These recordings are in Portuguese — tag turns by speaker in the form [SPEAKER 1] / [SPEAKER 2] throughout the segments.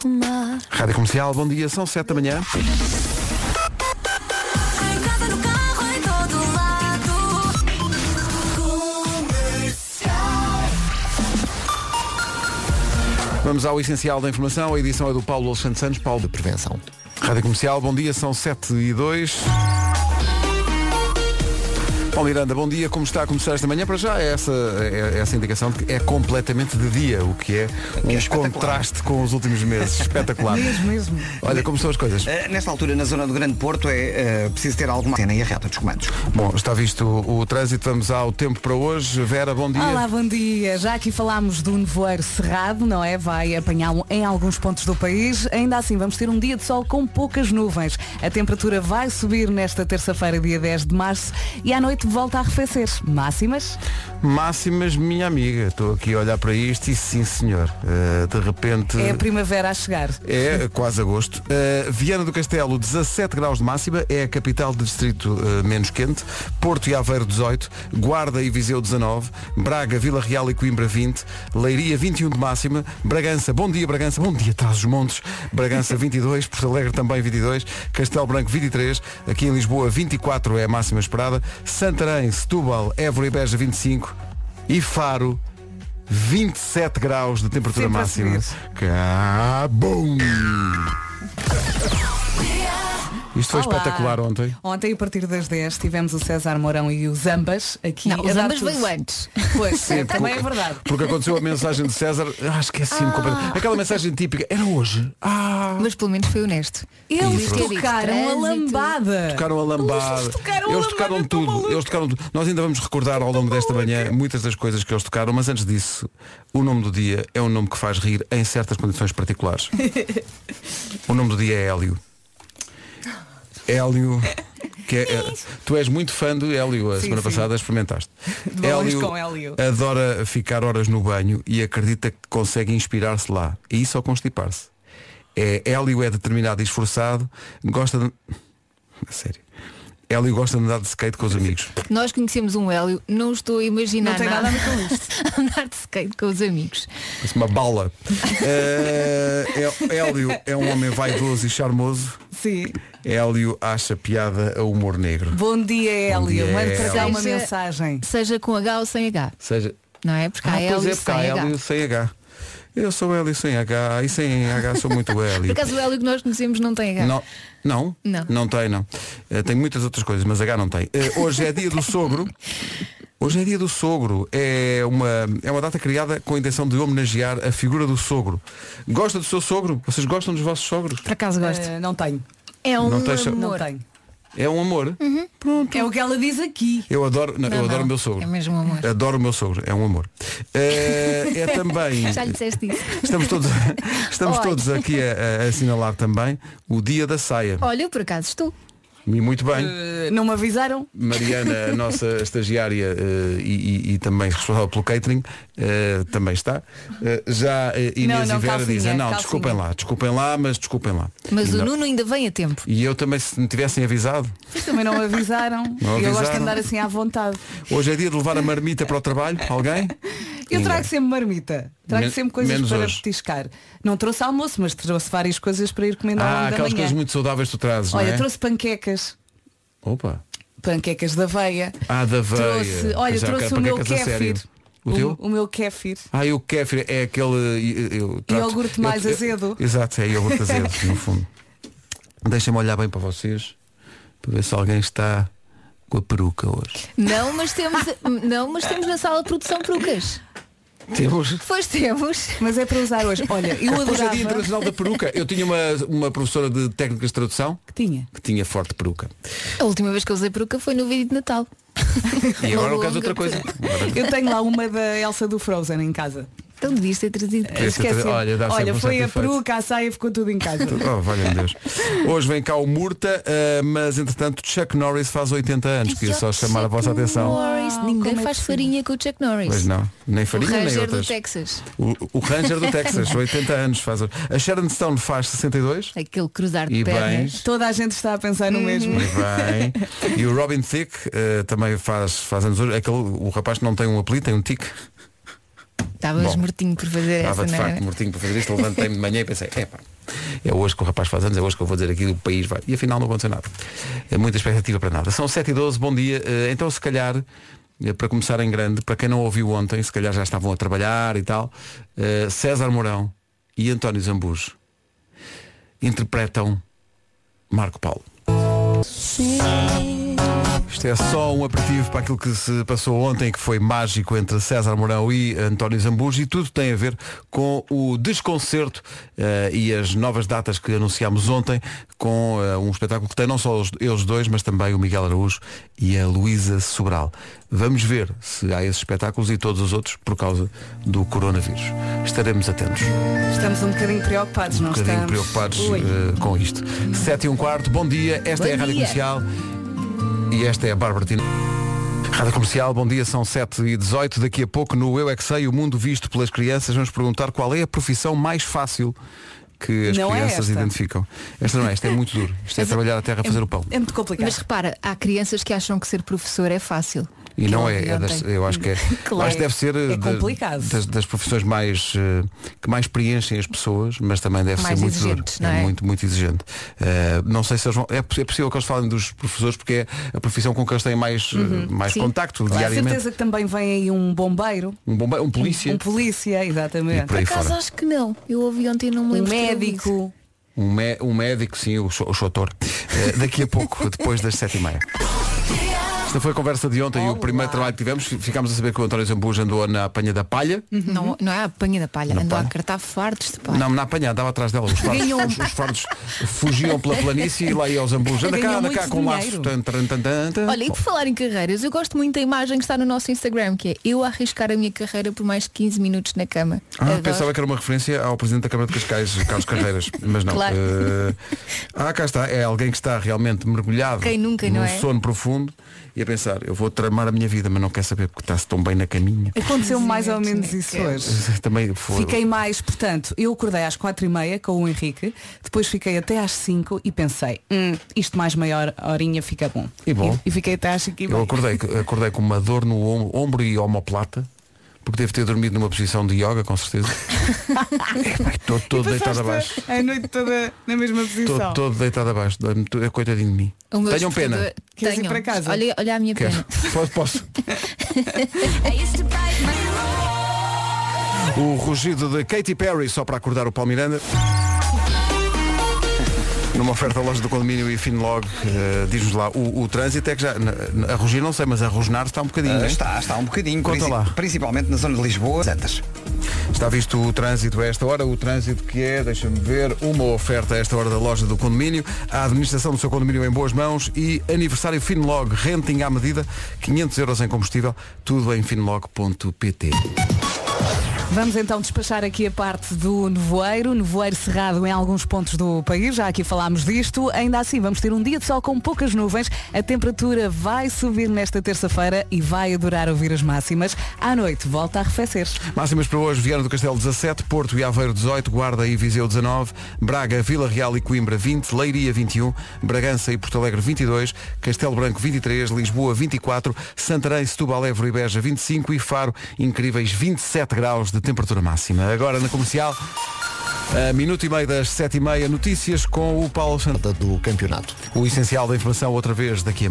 [SPEAKER 1] arrumar.
[SPEAKER 2] Rádio Comercial, bom dia, são 7 da manhã.
[SPEAKER 3] Em casa, no carro, em todo lado.
[SPEAKER 2] Vamos ao essencial da informação, a edição é do Paulo Alexandre Santos, Paulo de Prevenção. Rádio Comercial, bom dia, são 7 e 2. Paulo Miranda, bom dia, como está a começar esta manhã? Para já é essa, é essa indicação de que é completamente de dia, o que é um
[SPEAKER 4] espetacular.
[SPEAKER 2] contraste com os últimos meses. Espetacular.
[SPEAKER 5] Mesmo, mesmo.
[SPEAKER 2] Olha como são as coisas.
[SPEAKER 4] Eh, nesta altura, na zona do Grande Porto, é eh, preciso ter alguma cena e a reta dos comandos.
[SPEAKER 2] Bom, está visto o, o trânsito, vamos ao tempo para hoje. Vera, bom dia.
[SPEAKER 5] Olá, bom dia. Já aqui falámos do nevoeiro cerrado, não é? Vai apanhá-lo em alguns pontos do país. Ainda assim, vamos ter um dia de sol com poucas nuvens. A temperatura vai subir nesta terça-feira, dia 10 de março, e à noite volta a arrefecer. Máximas?
[SPEAKER 2] Máximas, minha amiga, estou aqui a olhar para isto e sim senhor, Eh, de repente...
[SPEAKER 5] É a primavera a chegar.
[SPEAKER 2] É quase agosto. Uh, Viana do Castelo, 17 graus de máxima, é a capital do distrito uh, menos quente. Porto e Aveiro, 18. Guarda e Viseu, 19. Braga, Vila Real e Coimbra, 20. Leiria, 21 de máxima. Bragança, bom dia, Bragança, bom dia, traz os montes. Bragança, 22. Porto Alegre, também 22. Castelo Branco, 23. Aqui em Lisboa, 24 é a máxima esperada. Santarém, Setúbal, Évora e Beja, 25. E Faro, 27 graus de temperatura
[SPEAKER 5] Sempre a
[SPEAKER 2] máxima.
[SPEAKER 5] subir.
[SPEAKER 2] Cabum! Isto foi
[SPEAKER 5] Olá.
[SPEAKER 2] espetacular ontem.
[SPEAKER 5] Ontem, a partir das 10, tivemos o César Mourão e os Ambas aqui.
[SPEAKER 1] Não,
[SPEAKER 5] a
[SPEAKER 1] os
[SPEAKER 5] dar
[SPEAKER 1] ambas
[SPEAKER 5] tudo.
[SPEAKER 1] veio antes.
[SPEAKER 5] Pois,
[SPEAKER 2] Sim,
[SPEAKER 5] também é verdade.
[SPEAKER 2] Porque aconteceu a mensagem de César, ah, esqueci-me completamente. Aquela mensagem típica, era hoje. Ah,
[SPEAKER 1] Mas pelo menos foi honesto.
[SPEAKER 5] Eles
[SPEAKER 2] Isso.
[SPEAKER 5] tocaram a
[SPEAKER 1] Trânsito.
[SPEAKER 5] lambada.
[SPEAKER 2] tocaram a lambada.
[SPEAKER 5] É. Eles tocaram a
[SPEAKER 2] eles
[SPEAKER 5] lambada,
[SPEAKER 2] tocaram
[SPEAKER 5] eu tô
[SPEAKER 2] tudo.
[SPEAKER 5] maluca.
[SPEAKER 2] Eles tocaram tudo. Nós ainda vamos recordar ao longo desta manhã muitas das coisas que eles tocaram, mas antes disso, o nome do dia é um nome que faz rir em certas condições particulares. o nome do dia é Hélio. Hélio. Que é- é- tu és muito fã do Hélio, a
[SPEAKER 5] Sim,
[SPEAKER 2] semana
[SPEAKER 5] sim.
[SPEAKER 2] passada experimentaste.
[SPEAKER 5] De balões com Hélio.
[SPEAKER 2] adora ficar horas no banho e acredita que consegue inspirar-se lá. E isso ao constipar-se. É, Hélio é determinado e esforçado, gosta de. A sério. Hélio gosta de andar de skate com os amigos.
[SPEAKER 1] Nós conhecemos um Hélio, não estou a imaginar
[SPEAKER 5] Não tem nada a ver com isto.
[SPEAKER 1] a andar de skate com os amigos.
[SPEAKER 2] Parece uma bala. Eh, Hé- Hélio é um homem vaidoso e charmoso.
[SPEAKER 5] Sim.
[SPEAKER 2] Hélio acha piada a humor negro.
[SPEAKER 5] Bom dia, Hélio.
[SPEAKER 2] dia,
[SPEAKER 5] Mande para cá
[SPEAKER 1] Hélio.
[SPEAKER 5] uma
[SPEAKER 1] Seja-
[SPEAKER 5] mensagem.
[SPEAKER 1] Seja com H ou sem H,
[SPEAKER 2] Seja,
[SPEAKER 1] não é? Porque há
[SPEAKER 2] Ah, pois
[SPEAKER 1] Hélio
[SPEAKER 2] é, porque
[SPEAKER 1] sem
[SPEAKER 2] há
[SPEAKER 1] H.
[SPEAKER 2] Hélio sem H. Eu sou Hélio sem H e sem H sou muito
[SPEAKER 1] Por
[SPEAKER 2] Hélio.
[SPEAKER 1] acaso o Hélio que nós conhecemos não tem H.
[SPEAKER 2] Não, não,
[SPEAKER 1] É. Não.
[SPEAKER 2] tem, não. Eh, tem muitas outras coisas, mas H não tem. Eh, hoje é dia do sogro. Hoje é dia do sogro. É uma, é uma data criada com a intenção de homenagear a figura do sogro. Gosta do seu sogro? Vocês gostam dos vossos sogros?
[SPEAKER 1] Por acaso gosto.
[SPEAKER 5] Eh, não tenho.
[SPEAKER 1] É um
[SPEAKER 2] não tens-
[SPEAKER 5] Não
[SPEAKER 1] amor.
[SPEAKER 5] tenho.
[SPEAKER 2] É um amor.
[SPEAKER 5] É o que ela diz aqui.
[SPEAKER 2] Eu adoro, não,
[SPEAKER 1] Uhum. Não,
[SPEAKER 2] eu adoro
[SPEAKER 1] não.
[SPEAKER 2] o meu sogro.
[SPEAKER 1] É mesmo um amor.
[SPEAKER 2] Adoro o meu sogro, é um amor. Eh, é também.
[SPEAKER 1] Já lhe disseste isso.
[SPEAKER 2] Estamos todos, estamos
[SPEAKER 1] Olha.
[SPEAKER 2] todos aqui a, a assinalar também o dia da saia.
[SPEAKER 1] Olha, eu por acaso estou.
[SPEAKER 2] E muito bem.
[SPEAKER 5] Eh, não me avisaram?
[SPEAKER 2] Mariana, a nossa estagiária eh, e, e- e também responsável pelo catering, eh, também está. Eh, já eh, Inês
[SPEAKER 5] Não, não,
[SPEAKER 2] e Vera
[SPEAKER 5] calcinha,
[SPEAKER 2] dizem, não,
[SPEAKER 5] calcinha."
[SPEAKER 2] desculpem lá, desculpem lá, mas desculpem lá.
[SPEAKER 1] Mas
[SPEAKER 2] e,
[SPEAKER 1] o
[SPEAKER 2] não-
[SPEAKER 1] Nuno ainda vem a tempo.
[SPEAKER 2] e eu também, se me tivessem avisado,
[SPEAKER 5] Vocês também não me avisaram.
[SPEAKER 2] Não
[SPEAKER 5] E Eu gosto de
[SPEAKER 2] avisaram.
[SPEAKER 5] andar assim à vontade.
[SPEAKER 2] hoje é dia de levar a marmita para o trabalho, alguém?
[SPEAKER 5] Eu trago
[SPEAKER 2] Ninguém.
[SPEAKER 5] sempre marmita. Trago
[SPEAKER 2] Men-
[SPEAKER 5] sempre coisas
[SPEAKER 2] menos
[SPEAKER 5] para
[SPEAKER 2] hoje.
[SPEAKER 5] petiscar. Não trouxe almoço, mas trouxe várias coisas para ir comer ao
[SPEAKER 2] Ah,
[SPEAKER 5] longo da
[SPEAKER 2] aquelas
[SPEAKER 5] manhã.
[SPEAKER 2] coisas muito saudáveis que tu trazes, não
[SPEAKER 5] Olha,
[SPEAKER 2] é?
[SPEAKER 5] trouxe panquecas.
[SPEAKER 2] Opa,
[SPEAKER 5] Panquecas da aveia.
[SPEAKER 2] ah, da veia.
[SPEAKER 5] Trouxe, olha,
[SPEAKER 2] Pensava que
[SPEAKER 5] trouxe
[SPEAKER 2] era
[SPEAKER 5] o meu
[SPEAKER 2] é, panquecas a sério.
[SPEAKER 5] kéfir.
[SPEAKER 2] O teu?
[SPEAKER 5] O, meu kéfir.
[SPEAKER 2] Ah, e o kéfir é aquele. eh, Eu trato-
[SPEAKER 5] Iogurte mais
[SPEAKER 2] eu- eu-
[SPEAKER 5] azedo.
[SPEAKER 2] Exato, é iogurte azedo, no fundo. Deixem-me olhar bem para vocês, para ver se alguém está com a peruca hoje.
[SPEAKER 1] Não, mas temos, não, mas temos na sala de produção perucas.
[SPEAKER 2] Temos.
[SPEAKER 1] Pois temos.
[SPEAKER 5] Mas é para usar hoje. Olha, eu
[SPEAKER 2] Hoje é
[SPEAKER 5] adorava
[SPEAKER 2] Dia Internacional da Peruca. Eu tinha uma, uma professora de técnicas de tradução
[SPEAKER 5] que tinha.
[SPEAKER 2] que tinha forte peruca.
[SPEAKER 1] A última vez que eu usei peruca foi no vídeo de Natal.
[SPEAKER 2] E
[SPEAKER 1] Uma
[SPEAKER 2] agora no caso
[SPEAKER 1] longa
[SPEAKER 2] é outra coisa. Agora-
[SPEAKER 5] Eu tenho lá uma da Elsa do Frozen em casa.
[SPEAKER 1] Então devias ter trazido.
[SPEAKER 2] Podia ser
[SPEAKER 5] Esqueci.
[SPEAKER 2] tra- Olha, dá sempre um
[SPEAKER 5] foi a
[SPEAKER 2] certo efeito.
[SPEAKER 5] peruca, a saia, ficou tudo em casa.
[SPEAKER 2] Oh, valha-me Deus. Hoje vem cá o Murta, eh, mas entretanto Chuck Norris faz 80 anos. Queria só chamar a vossa
[SPEAKER 1] Chuck
[SPEAKER 2] atenção.
[SPEAKER 1] Norris.
[SPEAKER 5] Uau,
[SPEAKER 1] Ninguém
[SPEAKER 5] como é
[SPEAKER 1] faz
[SPEAKER 5] possível?
[SPEAKER 1] farinha com o Chuck Norris.
[SPEAKER 2] Mas não, nem
[SPEAKER 1] O
[SPEAKER 2] farinha nem
[SPEAKER 1] Ranger do
[SPEAKER 2] outras.
[SPEAKER 1] Texas.
[SPEAKER 2] O, o Ranger do Texas, 80 anos faz hoje. A Sharon Stone faz 62.
[SPEAKER 1] Aquele cruzar de
[SPEAKER 2] E
[SPEAKER 1] pernas.
[SPEAKER 2] bens.
[SPEAKER 5] Toda a gente está a pensar no mesmo.
[SPEAKER 2] Muito bem. E o Robin É Thicke eh, também faz, faz anos hoje. Aquele, o rapaz que não tem um apelido, tem um tique.
[SPEAKER 1] Estavas
[SPEAKER 2] Bom.
[SPEAKER 1] mortinho por fazer
[SPEAKER 2] Estava
[SPEAKER 1] essa,
[SPEAKER 2] de
[SPEAKER 1] não é?
[SPEAKER 2] facto
[SPEAKER 1] era?
[SPEAKER 2] mortinho para fazer isto, levantei-me de manhã e pensei, epá, é hoje que o rapaz faz anos, é hoje que eu vou dizer aquilo, o país vai. E afinal não aconteceu nada. É muita expectativa para nada. São 7 e 12 bom dia. Eh, Então se calhar, eh, para começar em grande, para quem não ouviu ontem, se calhar já estavam a trabalhar e tal, eh, César Mourão e António Zambujo interpretam Marco Paulo. Isto é só um aperitivo para aquilo que se passou ontem, que foi mágico entre César Mourão e António Zambujo, e tudo tem a ver com o desconcerto eh, e as novas datas que anunciámos ontem, com eh, um espetáculo que tem não só os- eles dois, mas também o Miguel Araújo e a Luísa Sobral. Vamos ver se há esses espetáculos e todos os outros por causa do coronavírus. Estaremos atentos.
[SPEAKER 5] Estamos um bocadinho preocupados,
[SPEAKER 2] Um
[SPEAKER 5] não
[SPEAKER 2] bocadinho
[SPEAKER 5] estamos?
[SPEAKER 2] preocupados
[SPEAKER 5] Ui.
[SPEAKER 2] eh, com isto. 7 e um quarto, bom dia, esta
[SPEAKER 1] Bom
[SPEAKER 2] é a Rádio
[SPEAKER 1] dia.
[SPEAKER 2] Comercial e esta é a Bárbara Tina. Rádio Comercial, bom dia, são 7 e 18 Daqui a pouco no Eu É Que Sei, o mundo visto pelas crianças, vamos perguntar qual é a profissão mais fácil que as
[SPEAKER 5] Não é
[SPEAKER 2] crianças
[SPEAKER 5] esta.
[SPEAKER 2] identificam. Esta não é, esta é muito duro. Isto é trabalhar a terra, fazer o pão.
[SPEAKER 5] É muito complicado.
[SPEAKER 1] Mas repara, há crianças que acham que ser professor é fácil.
[SPEAKER 2] E
[SPEAKER 1] Que
[SPEAKER 2] não
[SPEAKER 1] eu
[SPEAKER 2] é,
[SPEAKER 1] ouvi
[SPEAKER 2] é das-
[SPEAKER 1] ontem.
[SPEAKER 2] eu acho que é.
[SPEAKER 1] Claro.
[SPEAKER 2] eu acho que deve ser
[SPEAKER 5] É
[SPEAKER 2] da-
[SPEAKER 5] complicado.
[SPEAKER 2] Das, das profissões mais eh, que mais preenchem as pessoas, mas também deve
[SPEAKER 1] Mais
[SPEAKER 2] ser muito duro.
[SPEAKER 1] exigentes, não é?
[SPEAKER 2] muito, muito exigente. Eh, não sei se eles vão. É, poss- é possível que eles falem dos professores porque é a profissão com que eles têm mais, eh, mais
[SPEAKER 1] Sim.
[SPEAKER 2] contacto
[SPEAKER 5] Com
[SPEAKER 2] diariamente.
[SPEAKER 5] certeza que também vem aí um bombeiro,
[SPEAKER 2] Um bombeiro, um polícia.
[SPEAKER 5] um polícia,
[SPEAKER 2] e
[SPEAKER 5] exatamente.
[SPEAKER 2] por aí
[SPEAKER 1] Por acaso
[SPEAKER 2] fora.
[SPEAKER 1] acho que não. Eu ouvi ontem e não me
[SPEAKER 5] Um
[SPEAKER 1] lembro. de ter ouvido.
[SPEAKER 5] médico.
[SPEAKER 2] Um, mé- um médico, sim, o, cho- o chotor. Eh, daqui a pouco, depois das sete e meia. Esta foi a conversa de ontem e o
[SPEAKER 5] Olá.
[SPEAKER 2] primeiro trabalho que tivemos. Fi- Ficámos a saber que o António Zambuja andou na apanha da palha.
[SPEAKER 1] Não, não é a apanha da palha.
[SPEAKER 2] Na
[SPEAKER 1] Andou
[SPEAKER 2] palha.
[SPEAKER 1] a cartar fartos de palha.
[SPEAKER 2] Não, na apanhada, andava atrás dela. Os fardos,
[SPEAKER 1] Ganhou.
[SPEAKER 2] os, os fardos fugiam pela planície e lá ia aos ambos. Anda cá,
[SPEAKER 5] Ganhou
[SPEAKER 2] anda cá
[SPEAKER 5] muito
[SPEAKER 2] com laços.
[SPEAKER 5] dinheiro.
[SPEAKER 2] Tan, tan, tan, tan, tan.
[SPEAKER 1] Olha, e por falar em carreiras, eu gosto muito da imagem que está no nosso Instagram, que é eu a arriscar a minha carreira por mais de 15 minutos na cama.
[SPEAKER 2] Ah,
[SPEAKER 1] Adoro.
[SPEAKER 2] pensava que era uma referência ao Presidente da Câmara de Cascais, Carlos Carreiras, mas não.
[SPEAKER 1] Claro.
[SPEAKER 2] Eh, ah, cá está, é alguém que está realmente mergulhado
[SPEAKER 1] Quem nunca,
[SPEAKER 2] num
[SPEAKER 1] não é?
[SPEAKER 2] sono profundo e a pensar, eu vou tramar a minha vida, mas não quer saber porque está-se tão bem na caminha.
[SPEAKER 5] Aconteceu mais ou
[SPEAKER 1] Sim,
[SPEAKER 5] menos
[SPEAKER 1] sim,
[SPEAKER 5] isso
[SPEAKER 1] sim.
[SPEAKER 5] hoje.
[SPEAKER 2] Também foi.
[SPEAKER 5] Fiquei mais, portanto, eu acordei às quatro e meia com o Henrique, depois fiquei até às 5 e pensei, "Hum, isto mais maior horinha fica bom.
[SPEAKER 2] E bom.
[SPEAKER 5] E, e fiquei até às 5 e
[SPEAKER 2] Eu
[SPEAKER 5] meia.
[SPEAKER 2] acordei, acordei com uma dor no om- ombro e omoplata, porque devo ter dormido numa posição de yoga, com certeza. Epá, Estou todo deitado abaixo.
[SPEAKER 5] A noite toda na mesma
[SPEAKER 2] Estou
[SPEAKER 5] posição.
[SPEAKER 2] todo deitado abaixo. Dói-me tu- é Coitadinho de mim.
[SPEAKER 1] O meu
[SPEAKER 2] Tenham pena.
[SPEAKER 1] despertador-
[SPEAKER 5] Queres ir
[SPEAKER 1] Tenham.
[SPEAKER 5] para casa?
[SPEAKER 1] Olha, olha a minha
[SPEAKER 2] Quero.
[SPEAKER 1] pena.
[SPEAKER 2] Posso, posso.
[SPEAKER 3] I used to bite my
[SPEAKER 2] O rugido de Katy Perry, só para acordar o Paulo Miranda. Numa oferta à loja do condomínio e Finlog, eh, diz-nos lá, o, o trânsito é que já. na- na- A rugir não sei, mas a rosnar está um bocadinho.
[SPEAKER 6] Uhum.
[SPEAKER 4] Ah,
[SPEAKER 2] né?
[SPEAKER 4] Está, está um bocadinho.
[SPEAKER 2] Conta
[SPEAKER 4] princi-
[SPEAKER 2] lá.
[SPEAKER 4] Principalmente na zona de Lisboa. Santas.
[SPEAKER 2] Está visto o trânsito a esta hora, o trânsito que é, deixa-me ver, uma oferta a esta hora da loja do condomínio, a administração do seu condomínio em boas mãos e aniversário Finlog, renting à medida, 500 euros em combustível, tudo em finlog.pt.
[SPEAKER 5] Vamos então despachar aqui a parte do nevoeiro, nevoeiro cerrado em alguns pontos do país, já aqui falámos disto. Ainda assim, vamos ter um dia de sol com poucas nuvens. A temperatura vai subir nesta terça-feira e vai adorar ouvir as máximas. À noite, volta a arrefecer.
[SPEAKER 2] Máximas para hoje, Viana do Castelo 17, Porto e Aveiro 18, Guarda e Viseu 19, Braga, Vila Real e Coimbra 20, Leiria 21, Bragança e Porto Alegre 22, Castelo Branco 23, Lisboa 24, Santarém, Setúbal, Évora e Beja 25 e Faro, incríveis 27 graus de temperatura máxima. Agora na comercial, a minuto e meio das 7 e meia, notícias com o Paulo Santos.
[SPEAKER 7] do campeonato.
[SPEAKER 2] O essencial da informação outra vez daqui a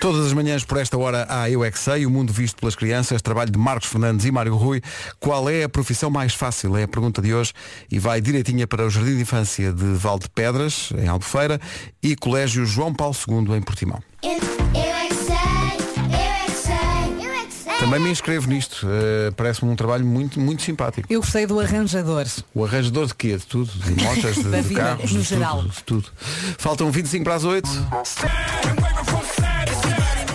[SPEAKER 2] Todas as manhãs por esta hora há Eu É Que Sei, o mundo visto pelas crianças, trabalho de Marcos Fernandes e Mário Rui. Qual é a profissão mais fácil? É a pergunta de hoje e vai direitinha para o Jardim de Infância de Val de Pedras, em Albufeira, e Colégio João Paulo II, em Portimão.
[SPEAKER 8] Eu eu é que sei, eu é que sei, eu é que sei.
[SPEAKER 2] Também me inscrevo nisto, eh, parece-me um trabalho muito, muito simpático.
[SPEAKER 5] Eu gostei do arranjador.
[SPEAKER 2] O arranjador de quê? De tudo? De motas, de,
[SPEAKER 5] Da
[SPEAKER 2] de
[SPEAKER 5] vida,
[SPEAKER 2] carros,
[SPEAKER 5] no
[SPEAKER 2] de tudo,
[SPEAKER 5] geral.
[SPEAKER 2] de tudo. Faltam 25 para as 8.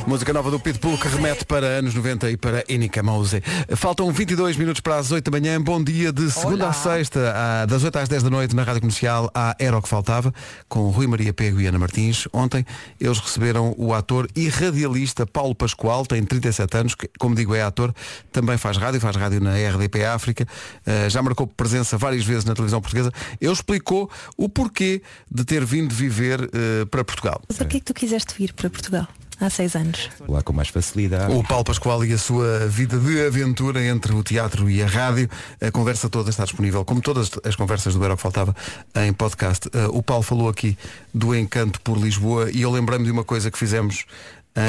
[SPEAKER 2] Música nova do Pitbull que remete para anos 90 e para Enica Mouse. Faltam 22 minutos para as 8 da manhã. Bom dia de segunda à sexta, à- das 8 às 10 da noite na Rádio Comercial, à Era o que Faltava, com Rui Maria Pego e Ana Martins. Ontem eles receberam o ator e radialista Paulo Pascoal, tem 37 anos, que, como digo, é ator, também faz rádio, faz rádio na RDP África, eh, já marcou presença várias vezes na televisão portuguesa. Ele explicou o porquê de ter vindo viver eh, para Portugal.
[SPEAKER 9] Porquê é que tu quiseste vir para Portugal?
[SPEAKER 7] há seis anos.
[SPEAKER 9] Lá com mais facilidade.
[SPEAKER 2] O Paulo Pascoal e a sua vida de aventura entre o teatro e a rádio. A conversa toda está disponível, como todas as conversas do Era o que Faltava, em podcast. Eh, o Paulo falou aqui do encanto por Lisboa e eu lembrei-me de uma coisa que fizemos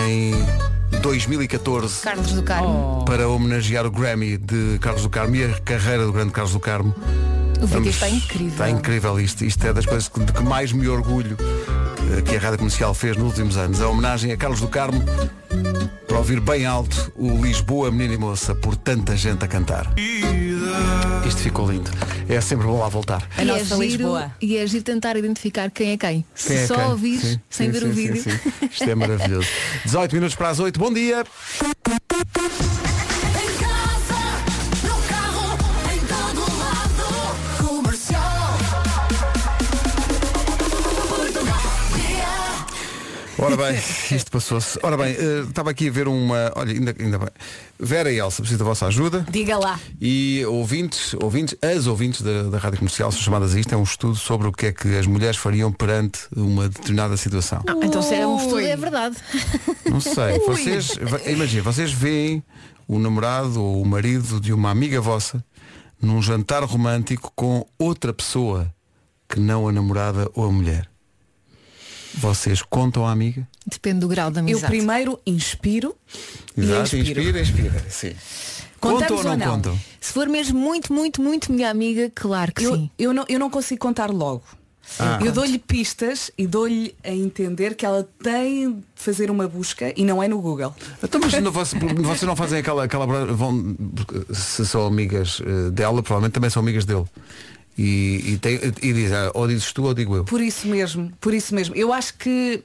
[SPEAKER 2] em 2014
[SPEAKER 1] Carlos do
[SPEAKER 5] Oh.
[SPEAKER 1] Carmo.
[SPEAKER 2] para homenagear o Grammy de Carlos do Carmo e a carreira do grande Carlos do Carmo.
[SPEAKER 1] O vídeo
[SPEAKER 2] Vamos-
[SPEAKER 1] está incrível.
[SPEAKER 2] Está incrível isto. Isto é das coisas que- de que mais me orgulho eh, que a Rádio Comercial fez nos últimos anos. A homenagem a Carlos do Carmo para ouvir bem alto o Lisboa Menina e Moça por tanta gente a cantar. Isto ficou lindo. É sempre bom lá voltar.
[SPEAKER 5] A
[SPEAKER 1] E é
[SPEAKER 5] nossa
[SPEAKER 1] giro-
[SPEAKER 5] Lisboa.
[SPEAKER 1] E é giro tentar identificar quem é quem.
[SPEAKER 2] Quem
[SPEAKER 1] Se
[SPEAKER 2] é
[SPEAKER 1] só
[SPEAKER 2] quem?
[SPEAKER 1] ouvires
[SPEAKER 2] Sim,
[SPEAKER 1] sem
[SPEAKER 2] sim,
[SPEAKER 1] ver
[SPEAKER 2] sim,
[SPEAKER 1] o
[SPEAKER 2] sim,
[SPEAKER 1] vídeo.
[SPEAKER 2] sim. Isto é maravilhoso. 18 minutos para as 8. Bom dia.
[SPEAKER 3] Em casa, no carro, em todo lado. Comercial. Portugal. Yeah.
[SPEAKER 2] Ora bem, isto passou-se. Ora bem, eh, estava aqui a ver uma. Olha, ainda, ainda bem. Vera e Elsa, preciso da vossa ajuda.
[SPEAKER 5] Diga lá.
[SPEAKER 2] E ouvintes, ouvintes, as ouvintes da, da Rádio Comercial são chamadas a isto, é um estudo sobre o que é que as mulheres fariam perante uma determinada situação.
[SPEAKER 7] Ah, então se é um estudo,
[SPEAKER 1] Ui.
[SPEAKER 7] é verdade.
[SPEAKER 2] Não sei, vocês, va- imagina, vocês veem o namorado ou o marido de uma amiga vossa num jantar romântico com outra pessoa que não a namorada ou a mulher. Vocês contam à amiga?
[SPEAKER 1] Depende do grau da
[SPEAKER 5] Eu
[SPEAKER 1] amizade.
[SPEAKER 5] primeiro inspiro.
[SPEAKER 2] Exato,
[SPEAKER 5] inspiro.
[SPEAKER 2] inspira, inspira, sim.
[SPEAKER 5] Contamos
[SPEAKER 2] contam ou não,
[SPEAKER 5] ou não?
[SPEAKER 2] contam?
[SPEAKER 1] Se for mesmo muito, muito, muito minha amiga, claro que
[SPEAKER 5] Eu,
[SPEAKER 1] sim.
[SPEAKER 5] eu, não, eu não consigo contar logo.
[SPEAKER 2] Ah.
[SPEAKER 5] Eu dou-lhe pistas e dou-lhe a entender que ela tem de fazer uma busca e não é no Google.
[SPEAKER 2] Então, mas não, vocês, vocês não fazem aquela, aquela vão, se são amigas eh, dela, provavelmente também são amigas dele. E, e, tem, e diz, ah, ou dizes tu ou digo eu.
[SPEAKER 5] Por isso mesmo, por isso mesmo. Eu acho que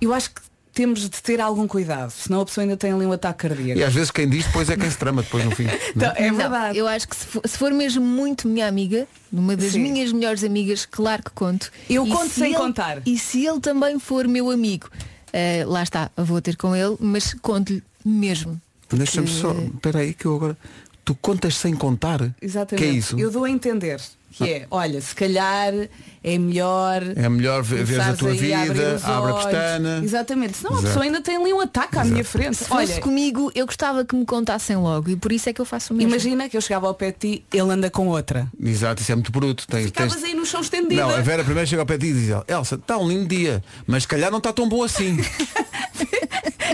[SPEAKER 5] eu acho que temos de ter algum cuidado, senão a pessoa ainda tem ali um ataque cardíaco.
[SPEAKER 2] E às vezes quem diz depois é quem se trama depois no fim. não é?
[SPEAKER 5] Então, é
[SPEAKER 1] Não,
[SPEAKER 5] verdade.
[SPEAKER 1] eu acho que se for, se for mesmo muito minha amiga, uma das
[SPEAKER 5] Sim.
[SPEAKER 1] minhas melhores amigas, claro que conto.
[SPEAKER 5] Eu
[SPEAKER 1] E
[SPEAKER 5] conto
[SPEAKER 1] se
[SPEAKER 5] sem
[SPEAKER 1] ele-
[SPEAKER 5] contar.
[SPEAKER 1] E se ele também for meu amigo, eh, lá está, vou ter com ele, mas conto-lhe mesmo.
[SPEAKER 2] Deixa-me só,
[SPEAKER 5] É.
[SPEAKER 2] espera aí que eu agora. Tu contas sem contar?
[SPEAKER 5] Exatamente.
[SPEAKER 2] Que é isso?
[SPEAKER 5] Eu dou a entender que é, olha, se calhar é melhor.
[SPEAKER 2] É melhor ve- veres a
[SPEAKER 5] começares
[SPEAKER 2] tua
[SPEAKER 5] aí abrir
[SPEAKER 2] vida,
[SPEAKER 5] os
[SPEAKER 2] abre a
[SPEAKER 5] olhos.
[SPEAKER 2] pestana.
[SPEAKER 5] Exatamente. Senão
[SPEAKER 2] Exato.
[SPEAKER 5] a pessoa ainda tem ali um ataque à minha frente.
[SPEAKER 1] Se fosse
[SPEAKER 5] Olha,
[SPEAKER 1] comigo, eu gostava que me contassem logo e por isso é que eu faço o mesmo.
[SPEAKER 5] imagina que eu chegava ao pé de ti, ele anda com outra.
[SPEAKER 2] Exato, isso é muito bruto. Tens,
[SPEAKER 5] Ficavas
[SPEAKER 2] tens-
[SPEAKER 5] aí no chão estendido.
[SPEAKER 2] Não, é a Vera primeiro chega ao pé de ti e diz, Elsa, está um lindo dia, mas se calhar não está tão bom assim.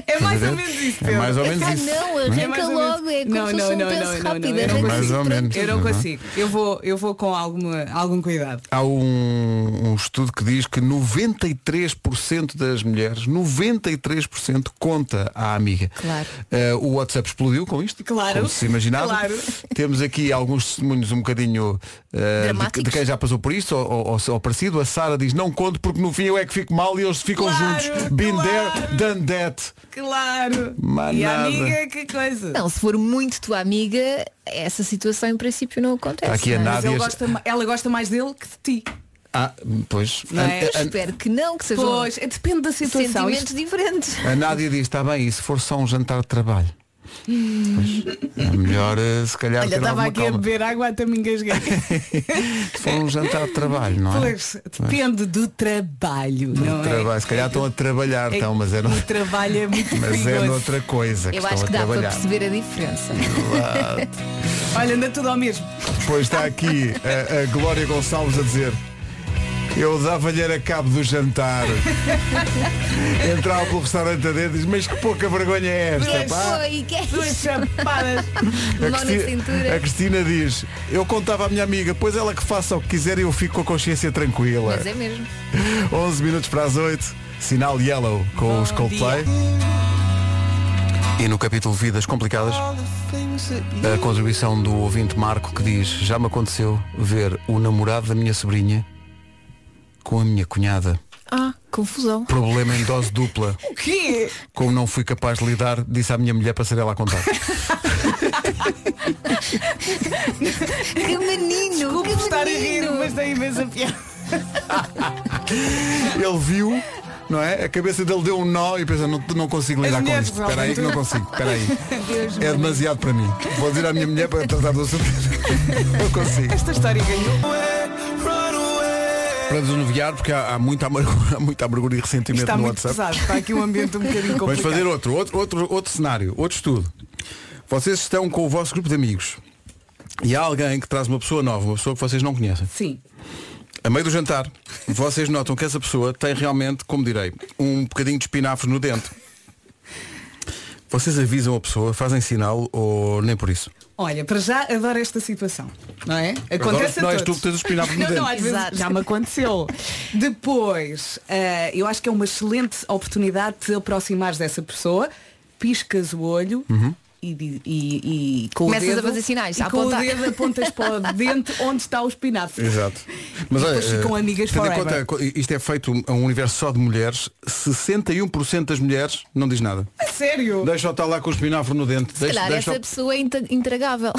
[SPEAKER 5] É mais
[SPEAKER 2] Estás a
[SPEAKER 5] ou
[SPEAKER 2] ver?
[SPEAKER 5] menos isso.
[SPEAKER 2] É
[SPEAKER 5] Pedro.
[SPEAKER 2] mais ou menos
[SPEAKER 1] Ah,
[SPEAKER 2] isso.
[SPEAKER 1] não,
[SPEAKER 2] é?
[SPEAKER 1] arranca
[SPEAKER 5] mais ou menos.
[SPEAKER 1] logo, é como
[SPEAKER 5] Não,
[SPEAKER 1] se
[SPEAKER 5] não,
[SPEAKER 1] fosse um
[SPEAKER 5] não,
[SPEAKER 1] penso
[SPEAKER 5] não, não, não, eu
[SPEAKER 1] rápido.
[SPEAKER 5] não
[SPEAKER 1] arranca assim
[SPEAKER 2] consigo. Mais ou
[SPEAKER 1] para-
[SPEAKER 2] menos.
[SPEAKER 5] Eu não
[SPEAKER 2] Uhum.
[SPEAKER 5] consigo. Eu vou, eu vou com alguma, algum cuidado.
[SPEAKER 2] Há um, um estudo que diz que 93% das mulheres, 93% conta à amiga.
[SPEAKER 1] Claro.
[SPEAKER 2] Eh, o WhatsApp explodiu com isto.
[SPEAKER 5] Claro.
[SPEAKER 2] Como se imaginava.
[SPEAKER 5] Claro.
[SPEAKER 2] Temos aqui alguns testemunhos um bocadinho eh, de,
[SPEAKER 1] Dramáticos.
[SPEAKER 2] de quem já passou por isto ou, ou, ou parecido. A Sara diz, não conto porque no fim eu é que fico mal e eles ficam
[SPEAKER 5] Claro,
[SPEAKER 2] juntos. Been
[SPEAKER 5] claro.
[SPEAKER 2] there, done that.
[SPEAKER 5] Claro.
[SPEAKER 2] Mas
[SPEAKER 5] e
[SPEAKER 2] nada.
[SPEAKER 5] a amiga, que coisa.
[SPEAKER 1] Não, se for muito tua amiga, essa situação em princípio não acontece.
[SPEAKER 2] Aqui a
[SPEAKER 1] não é?
[SPEAKER 2] Nádia-
[SPEAKER 5] Mas ele gosta ma- ela gosta mais dele que de ti.
[SPEAKER 2] Ah, pois.
[SPEAKER 5] Não é?
[SPEAKER 2] A- a-
[SPEAKER 1] Espero que não, que sejam
[SPEAKER 5] Pois, é, depende da situação.
[SPEAKER 1] sentimentos
[SPEAKER 5] Isto-
[SPEAKER 1] diferentes.
[SPEAKER 2] A Nádia diz, está bem, e se for só um jantar de trabalho? Pois, é melhor eh, se calhar
[SPEAKER 5] Hum. Olha,
[SPEAKER 2] ter
[SPEAKER 5] estava
[SPEAKER 2] alguma
[SPEAKER 5] aqui
[SPEAKER 2] calma.
[SPEAKER 5] a beber água até me engasguei.
[SPEAKER 2] Se for um jantar de trabalho, não é?
[SPEAKER 5] Pois, depende do trabalho, não
[SPEAKER 1] é?
[SPEAKER 2] Trabalho. Se calhar estão a trabalhar,
[SPEAKER 5] é?
[SPEAKER 2] então, mas é, no...
[SPEAKER 5] O trabalho é muito
[SPEAKER 2] mas é
[SPEAKER 5] perigoso.
[SPEAKER 2] noutra coisa que
[SPEAKER 1] Eu
[SPEAKER 2] estão
[SPEAKER 1] acho que
[SPEAKER 2] a
[SPEAKER 1] dá para
[SPEAKER 2] trabalhar.
[SPEAKER 1] perceber a diferença.
[SPEAKER 5] Olha, anda tudo ao mesmo.
[SPEAKER 2] Pois está aqui a, a Glória Gonçalves a dizer. Eu dava-lhe era cabo do jantar. Entrava pelo restaurante a dedo e diz, mas que pouca vergonha é esta, pá?
[SPEAKER 1] Oi, que é
[SPEAKER 5] Duas
[SPEAKER 1] isso?
[SPEAKER 5] chapadas.
[SPEAKER 2] A
[SPEAKER 1] Mão na
[SPEAKER 2] Cristina,
[SPEAKER 5] é
[SPEAKER 1] cintura.
[SPEAKER 2] a Cristina diz, eu contava à minha amiga, pois ela que faça o que quiser e eu fico com a consciência tranquila.
[SPEAKER 1] Mas é mesmo.
[SPEAKER 2] 11 minutos para as 8, sinal yellow com os Coldplay. E no capítulo Vidas Complicadas, a contribuição do ouvinte Marco que diz Já me aconteceu ver o namorado da minha sobrinha com a minha cunhada.
[SPEAKER 1] Ah, confusão.
[SPEAKER 2] Problema em dose dupla.
[SPEAKER 5] O quê?
[SPEAKER 2] Como não fui capaz de lidar, disse à minha mulher para ser ela a contar.
[SPEAKER 1] Que Um menino,
[SPEAKER 5] Desculpe
[SPEAKER 1] que
[SPEAKER 5] estar a rir,
[SPEAKER 1] menino.
[SPEAKER 5] mas tem imensa piada.
[SPEAKER 2] Ele viu, não é? A cabeça dele deu um nó e pensa, não, não consigo lidar com
[SPEAKER 5] mulheres
[SPEAKER 2] isto. Espera aí que não consigo, espera aí.
[SPEAKER 5] Deus
[SPEAKER 2] É demasiado para mim. Vou dizer à minha mulher para tratar do assunto. Não consigo.
[SPEAKER 5] Esta história ganhou.
[SPEAKER 2] para desanuviar, porque há, há muita amargura, há muita amargura e ressentimento
[SPEAKER 5] Isto está
[SPEAKER 2] no
[SPEAKER 5] muito
[SPEAKER 2] WhatsApp.
[SPEAKER 5] pesado. Está aqui um ambiente um bocadinho complicado.
[SPEAKER 2] Vamos fazer outro, outro, outro, outro cenário, outro estudo. Vocês estão com o vosso grupo de amigos e há alguém que traz uma pessoa nova, uma pessoa que vocês não conhecem.
[SPEAKER 5] Sim.
[SPEAKER 2] A meio do jantar, vocês notam que essa pessoa tem realmente, como direi, um bocadinho de espinafres no dente. Vocês avisam a pessoa, fazem sinal ou nem por isso?
[SPEAKER 5] Olha, para já adoro esta situação, não é? Acontece
[SPEAKER 2] Agora,
[SPEAKER 5] a
[SPEAKER 2] não és tu
[SPEAKER 5] todos.
[SPEAKER 2] que tens os espinafres no
[SPEAKER 5] Não, não,
[SPEAKER 2] dente.
[SPEAKER 5] às vezes
[SPEAKER 1] Exato.
[SPEAKER 5] já me aconteceu. Depois, ah, eu acho que é uma excelente oportunidade de te aproximares dessa pessoa, piscas o olho
[SPEAKER 2] Uhum.
[SPEAKER 5] e, di- e, e com
[SPEAKER 1] Começas
[SPEAKER 5] o dedo,
[SPEAKER 1] a fazer sinais,
[SPEAKER 5] e
[SPEAKER 1] a
[SPEAKER 5] com
[SPEAKER 1] apontar.
[SPEAKER 5] o dedo apontas para o dente onde está o espinafre.
[SPEAKER 2] Exato. Mas
[SPEAKER 5] E
[SPEAKER 2] olha,
[SPEAKER 5] depois ficam
[SPEAKER 2] eh,
[SPEAKER 5] amigas
[SPEAKER 2] tendo em
[SPEAKER 5] forever.
[SPEAKER 2] conta, isto é feito a um universo só de mulheres, 61% das mulheres não diz nada.
[SPEAKER 5] A É sério?
[SPEAKER 2] Deixa o estar lá com o espinafre no dente.
[SPEAKER 1] Se
[SPEAKER 2] Deixa,
[SPEAKER 1] calhar
[SPEAKER 2] deixa
[SPEAKER 1] essa pessoa é inta- intragável.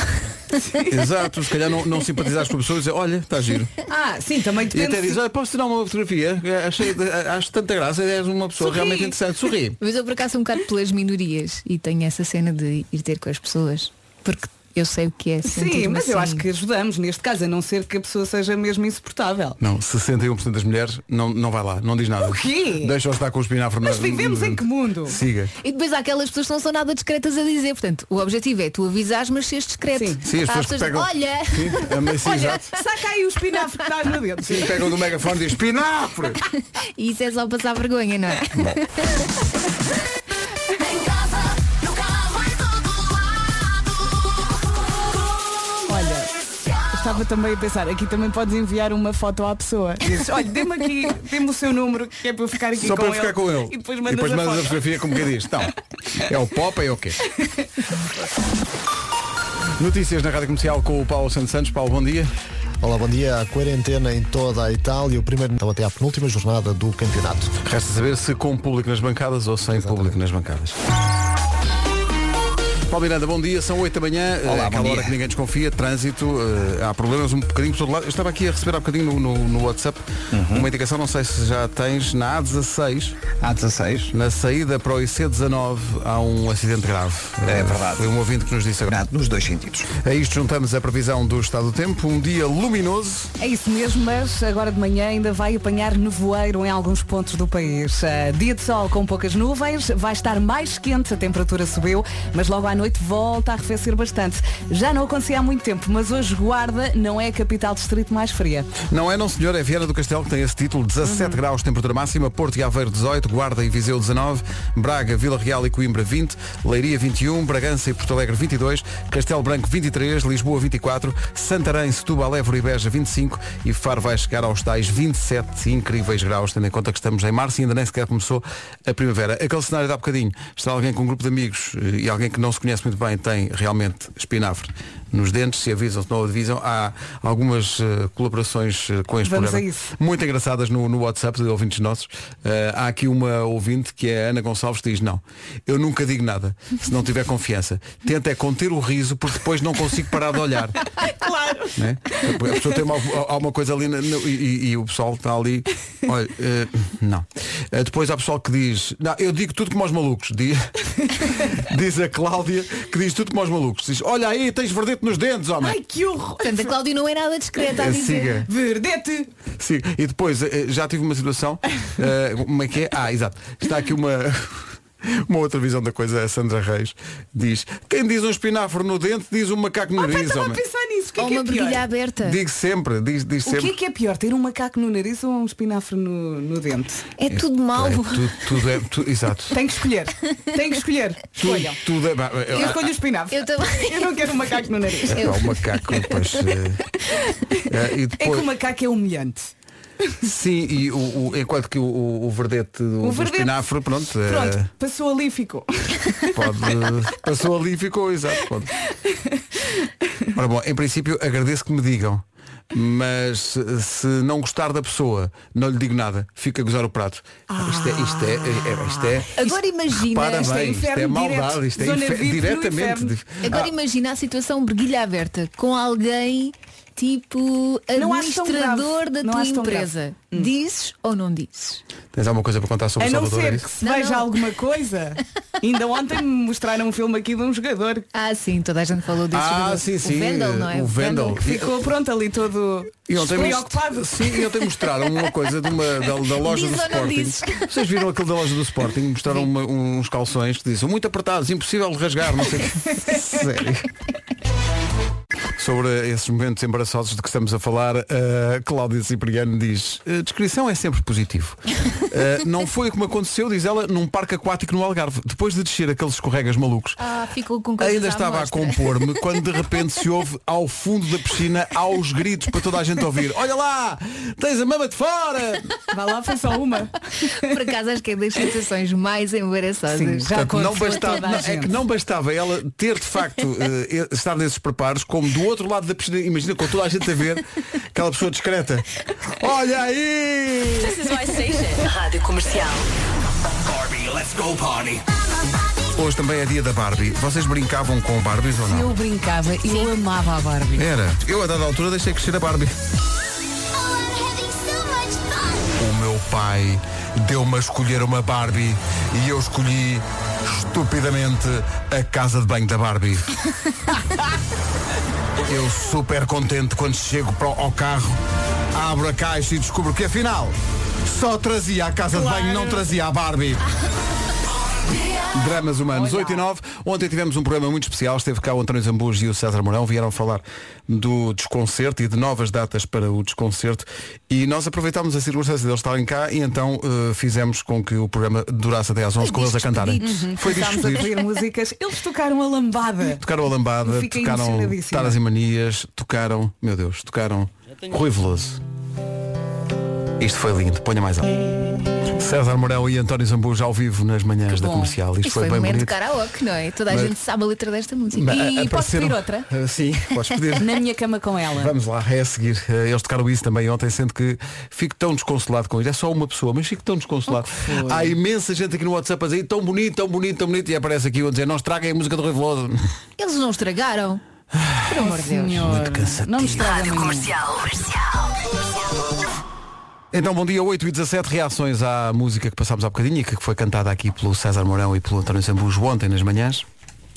[SPEAKER 2] Exato, se calhar não, não simpatizares com a pessoa e dizer, olha, está giro.
[SPEAKER 5] Ah, sim, também
[SPEAKER 2] E
[SPEAKER 5] depende.
[SPEAKER 2] até
[SPEAKER 5] se-
[SPEAKER 2] diz, olha, posso tirar uma fotografia? É, Achei, é, acho tanta graça, és uma pessoa
[SPEAKER 5] Sorri.
[SPEAKER 2] realmente interessante. Sorri.
[SPEAKER 1] Mas eu por acaso sou um bocado pelas minorias e tenho essa cena de ir ter com as pessoas. Porque eu sei o que é
[SPEAKER 5] Sim,
[SPEAKER 1] sentir-me
[SPEAKER 5] mas eu
[SPEAKER 1] assim.
[SPEAKER 5] acho que ajudamos neste caso, a não ser que a pessoa seja mesmo insuportável.
[SPEAKER 2] Não, 61% das mulheres não, não vai lá, não diz nada.
[SPEAKER 5] O quê?
[SPEAKER 2] Deixa-o estar com o espinafre
[SPEAKER 5] Mas
[SPEAKER 2] na-
[SPEAKER 5] vivemos
[SPEAKER 2] no
[SPEAKER 5] em
[SPEAKER 2] dente.
[SPEAKER 5] que mundo?
[SPEAKER 2] Siga.
[SPEAKER 1] E depois há aquelas pessoas que não são nada discretas a dizer. Portanto, o objetivo é tu avisares, mas seres discreto.
[SPEAKER 5] Sim.
[SPEAKER 2] Sim, as
[SPEAKER 1] Há
[SPEAKER 2] pessoas que pegam.
[SPEAKER 1] Olha!
[SPEAKER 2] Sim, é, mas sim,
[SPEAKER 5] Olha,
[SPEAKER 2] exato.
[SPEAKER 5] saca aí o espinafre que estás no dedo.
[SPEAKER 2] Sim, pegam do megafone e dizem, espinafre!
[SPEAKER 1] E isso é só passar vergonha, não é?
[SPEAKER 3] Em casa, no carro, em todo lado. Comercial.
[SPEAKER 5] Estava também a pensar, aqui também podes enviar uma foto à pessoa. Dizes, olha, dê-me aqui, dê-me o seu número, que é para eu ficar aqui
[SPEAKER 2] Só
[SPEAKER 5] com
[SPEAKER 2] para eu
[SPEAKER 5] ele.
[SPEAKER 2] ficar com ele.
[SPEAKER 5] E depois mandas, a
[SPEAKER 2] a,
[SPEAKER 5] foto.
[SPEAKER 2] fotografia como quem diz. Então, é o pop, é o quê? Notícias na Rádio Comercial com o Paulo Santos Santos. Paulo, bom dia.
[SPEAKER 7] Olá, bom dia. A quarentena em toda a Itália, o primeiro então até à penúltima jornada do campeonato.
[SPEAKER 2] Resta saber se com público nas bancadas ou sem público nas bancadas. Paulo Miranda, bom dia, são 8 da manhã,
[SPEAKER 4] Olá,
[SPEAKER 2] eh,
[SPEAKER 4] bom
[SPEAKER 2] aquela
[SPEAKER 4] dia.
[SPEAKER 2] hora que ninguém desconfia, trânsito, eh, há problemas um bocadinho por todo lado. Eu estava aqui a receber há bocadinho no, no- no WhatsApp uma indicação, não sei se já tens, na A16,
[SPEAKER 4] Há 16.
[SPEAKER 2] na saída para o IC19 há um acidente grave.
[SPEAKER 4] É
[SPEAKER 2] Eh,
[SPEAKER 4] verdade.
[SPEAKER 2] Foi um ouvinte que nos disse agora.
[SPEAKER 4] Nada, Nos dois sentidos.
[SPEAKER 2] A isto juntamos a previsão do estado do tempo, um dia luminoso.
[SPEAKER 5] É isso mesmo, mas agora de manhã ainda vai apanhar nevoeiro em alguns pontos do país. Ah, Dia de sol com poucas nuvens, vai estar mais quente, a temperatura subiu, mas logo à noite volta a arrefecer bastante. Já não acontecia há muito tempo, mas hoje Guarda não é a capital distrito mais fria.
[SPEAKER 2] Não é não senhor, é Viana do Castelo que tem esse título, 17 graus de temperatura máxima, Porto e Aveiro 18, Guarda e Viseu 19, Braga, Vila Real e Coimbra 20, Leiria 21, Bragança e Porto Alegre 22, Castelo Branco 23, Lisboa 24, Santarém, Setúbal, Évora e Beja 25 e Faro vai chegar aos tais 27 incríveis graus, tendo em conta que estamos em março e ainda nem sequer começou a primavera. Aquele cenário de há bocadinho, está alguém com um grupo de amigos eh, e alguém que não se conhece muito bem tem realmente espinafre nos dentes, se avisam, se não avisam, há algumas eh, colaborações eh, com este
[SPEAKER 5] Vamos
[SPEAKER 2] programa.
[SPEAKER 5] a isso.
[SPEAKER 2] Muito engraçadas no, no WhatsApp de ouvintes nossos. Eh, há aqui uma ouvinte que é a Ana Gonçalves que diz, não, eu nunca digo nada se não tiver confiança. Tenta é conter o riso porque depois não consigo parar de olhar.
[SPEAKER 5] Claro.
[SPEAKER 2] né? A pessoa tem uma, alguma coisa ali na- no- e, e- e o pessoal está ali. Olha, eh, não. Eh, depois há pessoal que diz, não, eu digo tudo como aos malucos. Diz, diz a Cláudia que diz tudo como aos malucos. Diz, olha aí, tens verdete nos dentes, homem.
[SPEAKER 5] Ai, que horror!
[SPEAKER 1] Portanto, a Cláudia não é nada discreta a
[SPEAKER 2] Eh,
[SPEAKER 1] dizer.
[SPEAKER 2] siga.
[SPEAKER 5] Verdete!
[SPEAKER 2] Sim, e depois eh, já tive uma situação, eh, como é que é? Ah, exato. Está aqui uma, uma outra visão da coisa, a Sandra Reis diz, quem diz um espinafre no dente diz um macaco no
[SPEAKER 5] Ah, pá,
[SPEAKER 2] nariz,
[SPEAKER 5] estava a
[SPEAKER 2] homem.
[SPEAKER 5] pensar nisso. O que é
[SPEAKER 1] Ou
[SPEAKER 5] que
[SPEAKER 1] Oh, uma
[SPEAKER 5] é
[SPEAKER 1] briguilha
[SPEAKER 5] pior?
[SPEAKER 1] aberta.
[SPEAKER 2] Digo sempre, diz, diz
[SPEAKER 5] O que é
[SPEAKER 2] sempre.
[SPEAKER 5] que é pior? Ter um macaco no nariz ou um espinafre no, no dente?
[SPEAKER 1] É tudo mau.
[SPEAKER 2] É, tudo, tudo é, tu- exato.
[SPEAKER 5] Tem que escolher. Tem que escolher.
[SPEAKER 2] Tudo,
[SPEAKER 5] Escolham.
[SPEAKER 2] tudo é. bah,
[SPEAKER 5] Eu escolho o espinafre.
[SPEAKER 1] Eu também.
[SPEAKER 5] Eu não quero um macaco no nariz.
[SPEAKER 2] É, pá, o macaco, pois, eh, eh, e
[SPEAKER 5] É que
[SPEAKER 2] depois,
[SPEAKER 5] o macaco é humilhante.
[SPEAKER 2] Sim, e o, o- enquanto que o, o, o verdete do,
[SPEAKER 5] O
[SPEAKER 2] do
[SPEAKER 5] verdete.
[SPEAKER 2] espinafre, pronto, eh,
[SPEAKER 5] Pronto, passou ali e ficou.
[SPEAKER 2] Pode. Passou ali e ficou, exato. Pode. Ora bom, em princípio agradeço que me digam. Mas se- se não gostar da pessoa, não lhe digo nada, fica a gozar o prato. Isto é, isto é, é- isto é.
[SPEAKER 1] Agora imagina.
[SPEAKER 2] Para
[SPEAKER 5] Ah. isto é
[SPEAKER 2] bem, isto é
[SPEAKER 5] inferno
[SPEAKER 2] maldade,
[SPEAKER 5] direto.
[SPEAKER 2] isto é
[SPEAKER 5] Zona
[SPEAKER 2] infer-
[SPEAKER 5] VIP no
[SPEAKER 2] diretamente.
[SPEAKER 5] inferno.
[SPEAKER 1] Agora imagina a situação briguilha aberta com alguém tipo
[SPEAKER 5] Não acho tão
[SPEAKER 1] administrador
[SPEAKER 5] grave.
[SPEAKER 1] da
[SPEAKER 5] Não
[SPEAKER 1] tua
[SPEAKER 5] acho tão
[SPEAKER 1] Hum. empresa. Dizes ou não dizes?
[SPEAKER 2] Ah, Tens alguma coisa para contar sobre
[SPEAKER 5] A
[SPEAKER 2] o
[SPEAKER 5] não
[SPEAKER 2] Salvador?
[SPEAKER 5] ser
[SPEAKER 2] é
[SPEAKER 5] que
[SPEAKER 2] isso?
[SPEAKER 5] se
[SPEAKER 1] Não,
[SPEAKER 5] veja
[SPEAKER 1] não.
[SPEAKER 5] alguma coisa. Ainda ontem me mostraram um filme aqui de um jogador
[SPEAKER 1] Ah, sim, toda a gente falou disso.
[SPEAKER 2] Ah,
[SPEAKER 1] do-
[SPEAKER 2] sim, sim,
[SPEAKER 1] tipo O Vendel, não é?
[SPEAKER 2] o Vendel.
[SPEAKER 5] que ficou pronto ali todo
[SPEAKER 2] E ontem, mos-
[SPEAKER 5] preocupado.
[SPEAKER 2] sim, e ontem mostraram uma coisa de uma, da, da loja
[SPEAKER 1] Diz
[SPEAKER 2] do
[SPEAKER 1] ou não
[SPEAKER 2] Sporting.
[SPEAKER 1] dizes?
[SPEAKER 2] Vocês viram aquilo da loja do Sporting? Mostraram uma- uns calções que diziam muito apertados, impossível de rasgar, não sei. Sério. Sobre esses momentos embaraçosos de que estamos a falar, a Cláudia Cipriano diz "A descrição é sempre positivo. Eh, não foi o que me aconteceu, diz ela, num parque aquático no Algarve. Depois de descer aqueles escorregas malucos,
[SPEAKER 1] Ah, ficou com coisas
[SPEAKER 2] Ainda
[SPEAKER 1] à
[SPEAKER 2] estava a
[SPEAKER 1] mostra.
[SPEAKER 2] compor-me quando de repente se ouve ao fundo da piscina aos gritos para toda a gente ouvir. Olha lá, tens a mama de fora!
[SPEAKER 5] Vá lá, foi só uma.
[SPEAKER 1] Por acaso acho que é das sensações mais embaraçosas.
[SPEAKER 5] Sim, já
[SPEAKER 2] Portanto, não
[SPEAKER 5] aconteceu a
[SPEAKER 2] bastava,
[SPEAKER 5] toda a
[SPEAKER 2] não, é que
[SPEAKER 5] gente.
[SPEAKER 2] não bastava ela ter de facto eh, estar nesses preparos, como do outro lado da piscina, imagina com toda a gente a ver, aquela pessoa discreta. Olha aí!
[SPEAKER 9] Rádio Comercial.
[SPEAKER 2] Hoje também é dia da Barbie. Vocês brincavam com Barbies ou não?
[SPEAKER 5] Eu brincava, eu amava a Barbie.
[SPEAKER 2] Era. Eu a dada altura deixei crescer a Barbie.
[SPEAKER 8] Oh, I'm having so much fun.
[SPEAKER 2] O meu pai deu-me a escolher uma Barbie e eu escolhi estupidamente a casa de banho da Barbie. eu super contente quando chego para o- ao carro, abro a caixa e descubro que afinal só trazia a casa de banho, não trazia a Barbie. Dramas humanos, 8 e 9. Ontem tivemos um programa muito especial. Esteve cá o António Zambujo e o César Mourão. Vieram falar do desconcerto e de novas datas para o desconcerto. E nós aproveitámos a circunstância deles estarem cá e então eh, fizemos com que o programa durasse até às 11 com eles a cantarem. Foi discos
[SPEAKER 5] Começámos a
[SPEAKER 2] pedidos.
[SPEAKER 5] pedir músicas, eles tocaram a lambada.
[SPEAKER 2] Tocaram a lambada,
[SPEAKER 5] Fiquei
[SPEAKER 2] tocaram
[SPEAKER 5] emocionadíssima.
[SPEAKER 2] Taras e Manias, tocaram, meu Deus, tocaram Rui Veloso. Isto foi lindo, ponha mais alto. César Mourão e António Zambujo ao vivo nas manhãs da
[SPEAKER 5] bom.
[SPEAKER 2] comercial. Isto,
[SPEAKER 1] Isto foi, um
[SPEAKER 2] bem
[SPEAKER 1] momento
[SPEAKER 2] bonito.
[SPEAKER 1] karaoke, não é? Toda a
[SPEAKER 2] Mas-
[SPEAKER 1] gente sabe a letra desta música.
[SPEAKER 2] Ma-
[SPEAKER 5] E
[SPEAKER 2] a-
[SPEAKER 5] posso
[SPEAKER 2] apareceram-
[SPEAKER 5] pedir outra?
[SPEAKER 2] Ah, sim, podes pedir.
[SPEAKER 5] Na minha cama com ela.
[SPEAKER 2] Vamos lá, é a seguir. Ah, Eles tocaram isso também ontem, sendo que fico tão desconsolado com isso. É só uma pessoa, mas fico tão desconsolado.
[SPEAKER 5] Oh,
[SPEAKER 2] Há imensa gente aqui no WhatsApp a dizer tão bonito, tão bonito, tão bonito. E aparece aqui um a dizer, não estraguem a música do Rui Veloso.
[SPEAKER 1] Eles não estragaram.
[SPEAKER 10] Ah,
[SPEAKER 1] Por amor de Deus.
[SPEAKER 5] Senhor, não me estraga
[SPEAKER 9] Rádio
[SPEAKER 5] muito.
[SPEAKER 9] Comercial.
[SPEAKER 2] Então, bom dia, 8 e 17 reações à música que passámos há bocadinho e que foi cantada aqui pelo César Mourão e pelo António Zambujo ontem nas manhãs.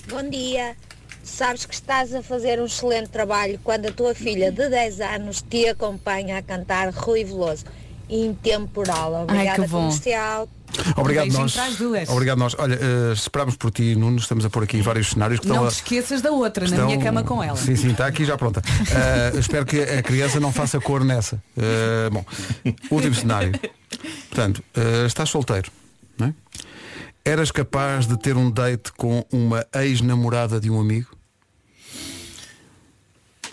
[SPEAKER 11] Bom dia. Sabes que estás a fazer um excelente trabalho quando a tua filha de 10 anos te acompanha a cantar Rui Veloso. Intemporal. Obrigada,
[SPEAKER 5] que bom.
[SPEAKER 11] comercial.
[SPEAKER 2] Obrigado
[SPEAKER 5] Beijinho
[SPEAKER 2] nós.
[SPEAKER 5] para as duas.
[SPEAKER 2] Obrigado nós. Olha, ah, esperámos por ti, Nuno. Estamos a pôr aqui vários cenários que estão
[SPEAKER 5] Não
[SPEAKER 2] Então, a...
[SPEAKER 5] te esqueças da outra, na
[SPEAKER 2] Estão-
[SPEAKER 5] minha cama com ela.
[SPEAKER 2] Sim, sim, está aqui já pronta. Ah, espero que a criança não faça cor nessa. Ah, bom, último cenário. Portanto, ah, estás solteiro, não é? Eras capaz de ter um date com uma ex-namorada de um amigo?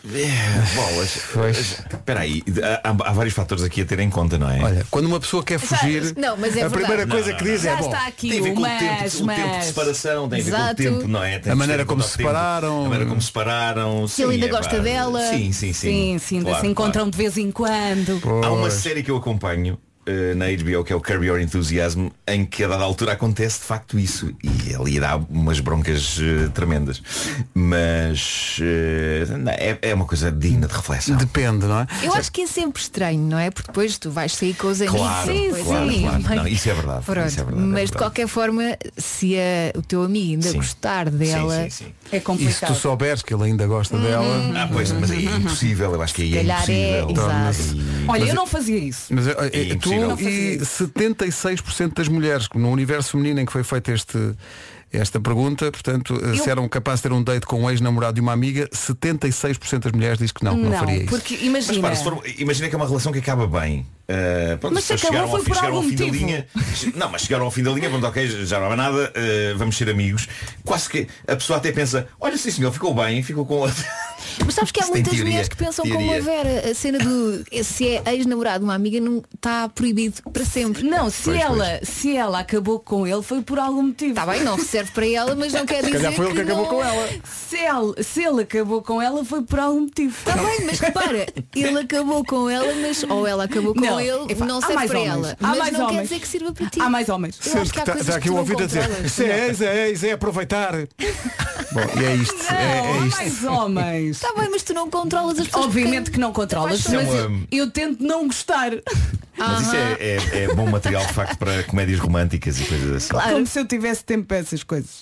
[SPEAKER 10] É, Bolas.
[SPEAKER 2] Pois.
[SPEAKER 10] Espera aí, há, há vários fatores aqui a ter em conta, não é?
[SPEAKER 2] Olha, quando uma pessoa quer fugir,
[SPEAKER 1] Não, mas é
[SPEAKER 2] a
[SPEAKER 1] verdade.
[SPEAKER 2] primeira coisa que diz é
[SPEAKER 5] Já
[SPEAKER 2] bom.
[SPEAKER 5] está aqui
[SPEAKER 10] Tem a ver
[SPEAKER 5] o
[SPEAKER 10] com o tempo,
[SPEAKER 5] mas,
[SPEAKER 10] de- o tempo de
[SPEAKER 5] mas.
[SPEAKER 10] separação, tem a ver
[SPEAKER 1] Exato.
[SPEAKER 10] com o tempo, não é? Tem
[SPEAKER 2] A
[SPEAKER 10] que
[SPEAKER 2] maneira
[SPEAKER 10] ter em
[SPEAKER 2] como
[SPEAKER 10] conta o
[SPEAKER 2] se
[SPEAKER 10] tempo,
[SPEAKER 2] separaram.
[SPEAKER 10] A maneira como se separaram. sim,
[SPEAKER 1] ele ainda
[SPEAKER 10] é
[SPEAKER 1] gosta
[SPEAKER 10] pá,
[SPEAKER 1] dela.
[SPEAKER 10] Sim, sim, sim.
[SPEAKER 5] Sim, sim, ainda
[SPEAKER 10] Claro,
[SPEAKER 5] se encontram
[SPEAKER 10] claro.
[SPEAKER 5] de vez em quando.
[SPEAKER 10] Há uma série que eu acompanho eh, na HBO que é o Curb Your Enthusiasm em que a dada altura acontece de facto isso e ali dá umas broncas eh, tremendas mas eh, não, é, é uma coisa digna de reflexão
[SPEAKER 2] Depende, não é?
[SPEAKER 1] Eu acho que é sempre estranho, não é? Porque depois tu vais sair com os amigos.
[SPEAKER 10] Claro,
[SPEAKER 1] e
[SPEAKER 10] claro,
[SPEAKER 1] depois ali,
[SPEAKER 10] claro.
[SPEAKER 1] mas-
[SPEAKER 10] Não, isso é verdade, isso é
[SPEAKER 1] Pronto,
[SPEAKER 10] verdade, é
[SPEAKER 1] mas de
[SPEAKER 10] verdade.
[SPEAKER 1] qualquer forma, se a- o teu amigo ainda
[SPEAKER 10] Sim.
[SPEAKER 1] gostar
[SPEAKER 10] Sim,
[SPEAKER 1] dela,
[SPEAKER 10] sim, sim.
[SPEAKER 5] É
[SPEAKER 2] E se tu
[SPEAKER 5] complicado. Uhum.
[SPEAKER 2] souberes que ele ainda gosta dela.
[SPEAKER 10] Ah, pois, mas é impossível, eu acho que aí
[SPEAKER 1] Uhum.
[SPEAKER 10] é
[SPEAKER 1] calhar é,
[SPEAKER 10] impossível.
[SPEAKER 1] exato.
[SPEAKER 10] E-
[SPEAKER 5] Olha, eu
[SPEAKER 2] é
[SPEAKER 5] não fazia isso.
[SPEAKER 2] Mas eh, eh, tu
[SPEAKER 10] impossível. Não
[SPEAKER 2] e
[SPEAKER 5] fazia
[SPEAKER 2] 76% das mulheres, no universo feminino em que foi feita este, esta pergunta, portanto, eh, se eram capazes de ter um date com um ex-namorado de uma amiga, 76% das mulheres diz que não, não, faria isso.
[SPEAKER 5] porque
[SPEAKER 10] Mas
[SPEAKER 5] imagina.
[SPEAKER 10] para, se for, imagina que é uma relação que acaba bem. Ah, pronto,
[SPEAKER 5] Mas
[SPEAKER 10] se
[SPEAKER 5] se acabou
[SPEAKER 10] chegaram ao
[SPEAKER 5] foi
[SPEAKER 10] fim,
[SPEAKER 5] por
[SPEAKER 10] chegaram ao
[SPEAKER 5] algum
[SPEAKER 10] fim da
[SPEAKER 5] motivo.
[SPEAKER 10] linha. Não, mas chegaram ao fim da linha, pronto, ok, já não há nada, ah, vamos ser amigos. Quase que a pessoa até pensa, olha sim senhor, ficou bem, ficou com outra.
[SPEAKER 1] Mas sabes que há
[SPEAKER 10] Isso tem
[SPEAKER 1] muitas
[SPEAKER 10] teoria,
[SPEAKER 1] mulheres que pensam como a
[SPEAKER 10] teoria.
[SPEAKER 1] Vera, a cena do se é ex-namorado de uma amiga não está proibido para sempre.
[SPEAKER 5] Não, se ela, se ela acabou com ele foi por algum motivo.
[SPEAKER 2] Tá
[SPEAKER 1] Está Tá bem, não serve para ela, mas não quer dizer
[SPEAKER 2] calhar foi ele que acabou
[SPEAKER 1] não- é.
[SPEAKER 2] com ela.
[SPEAKER 5] Se ele, se ele acabou com ela foi por algum motivo.
[SPEAKER 2] Tá
[SPEAKER 1] Está bem, mas repara, ele acabou com ela, mas ou ela acabou com
[SPEAKER 5] Não,
[SPEAKER 1] ele,
[SPEAKER 5] epá,
[SPEAKER 1] não
[SPEAKER 5] há
[SPEAKER 1] serve
[SPEAKER 5] mais
[SPEAKER 1] para
[SPEAKER 5] homens,
[SPEAKER 1] ela.
[SPEAKER 5] há
[SPEAKER 1] Mas
[SPEAKER 5] mais
[SPEAKER 1] não quer
[SPEAKER 5] homens.
[SPEAKER 1] dizer que sirva para ti.
[SPEAKER 5] Tipo Há mais homens.
[SPEAKER 1] Eu
[SPEAKER 2] Sendo
[SPEAKER 1] acho que há
[SPEAKER 2] tá-
[SPEAKER 1] coisas
[SPEAKER 2] tá
[SPEAKER 1] que
[SPEAKER 2] aqui
[SPEAKER 1] tu
[SPEAKER 2] um
[SPEAKER 1] não
[SPEAKER 2] ouvido a dizer,
[SPEAKER 1] controlas.
[SPEAKER 2] se é ex, é ex, é aproveitar. Bom, e é isto. é, é
[SPEAKER 5] Oh,
[SPEAKER 2] isto.
[SPEAKER 5] mais homens.
[SPEAKER 1] Está Tá bem, mas tu não controlas as pessoas.
[SPEAKER 5] Obviamente que não controlas,
[SPEAKER 1] Isso é
[SPEAKER 5] mas
[SPEAKER 10] uma-
[SPEAKER 5] eu, eu tento não gostar.
[SPEAKER 10] Mas isso é, é- é bom material de facto para comédias românticas e coisas assim.
[SPEAKER 2] Ah.
[SPEAKER 5] Como se eu tivesse tempo para essas coisas.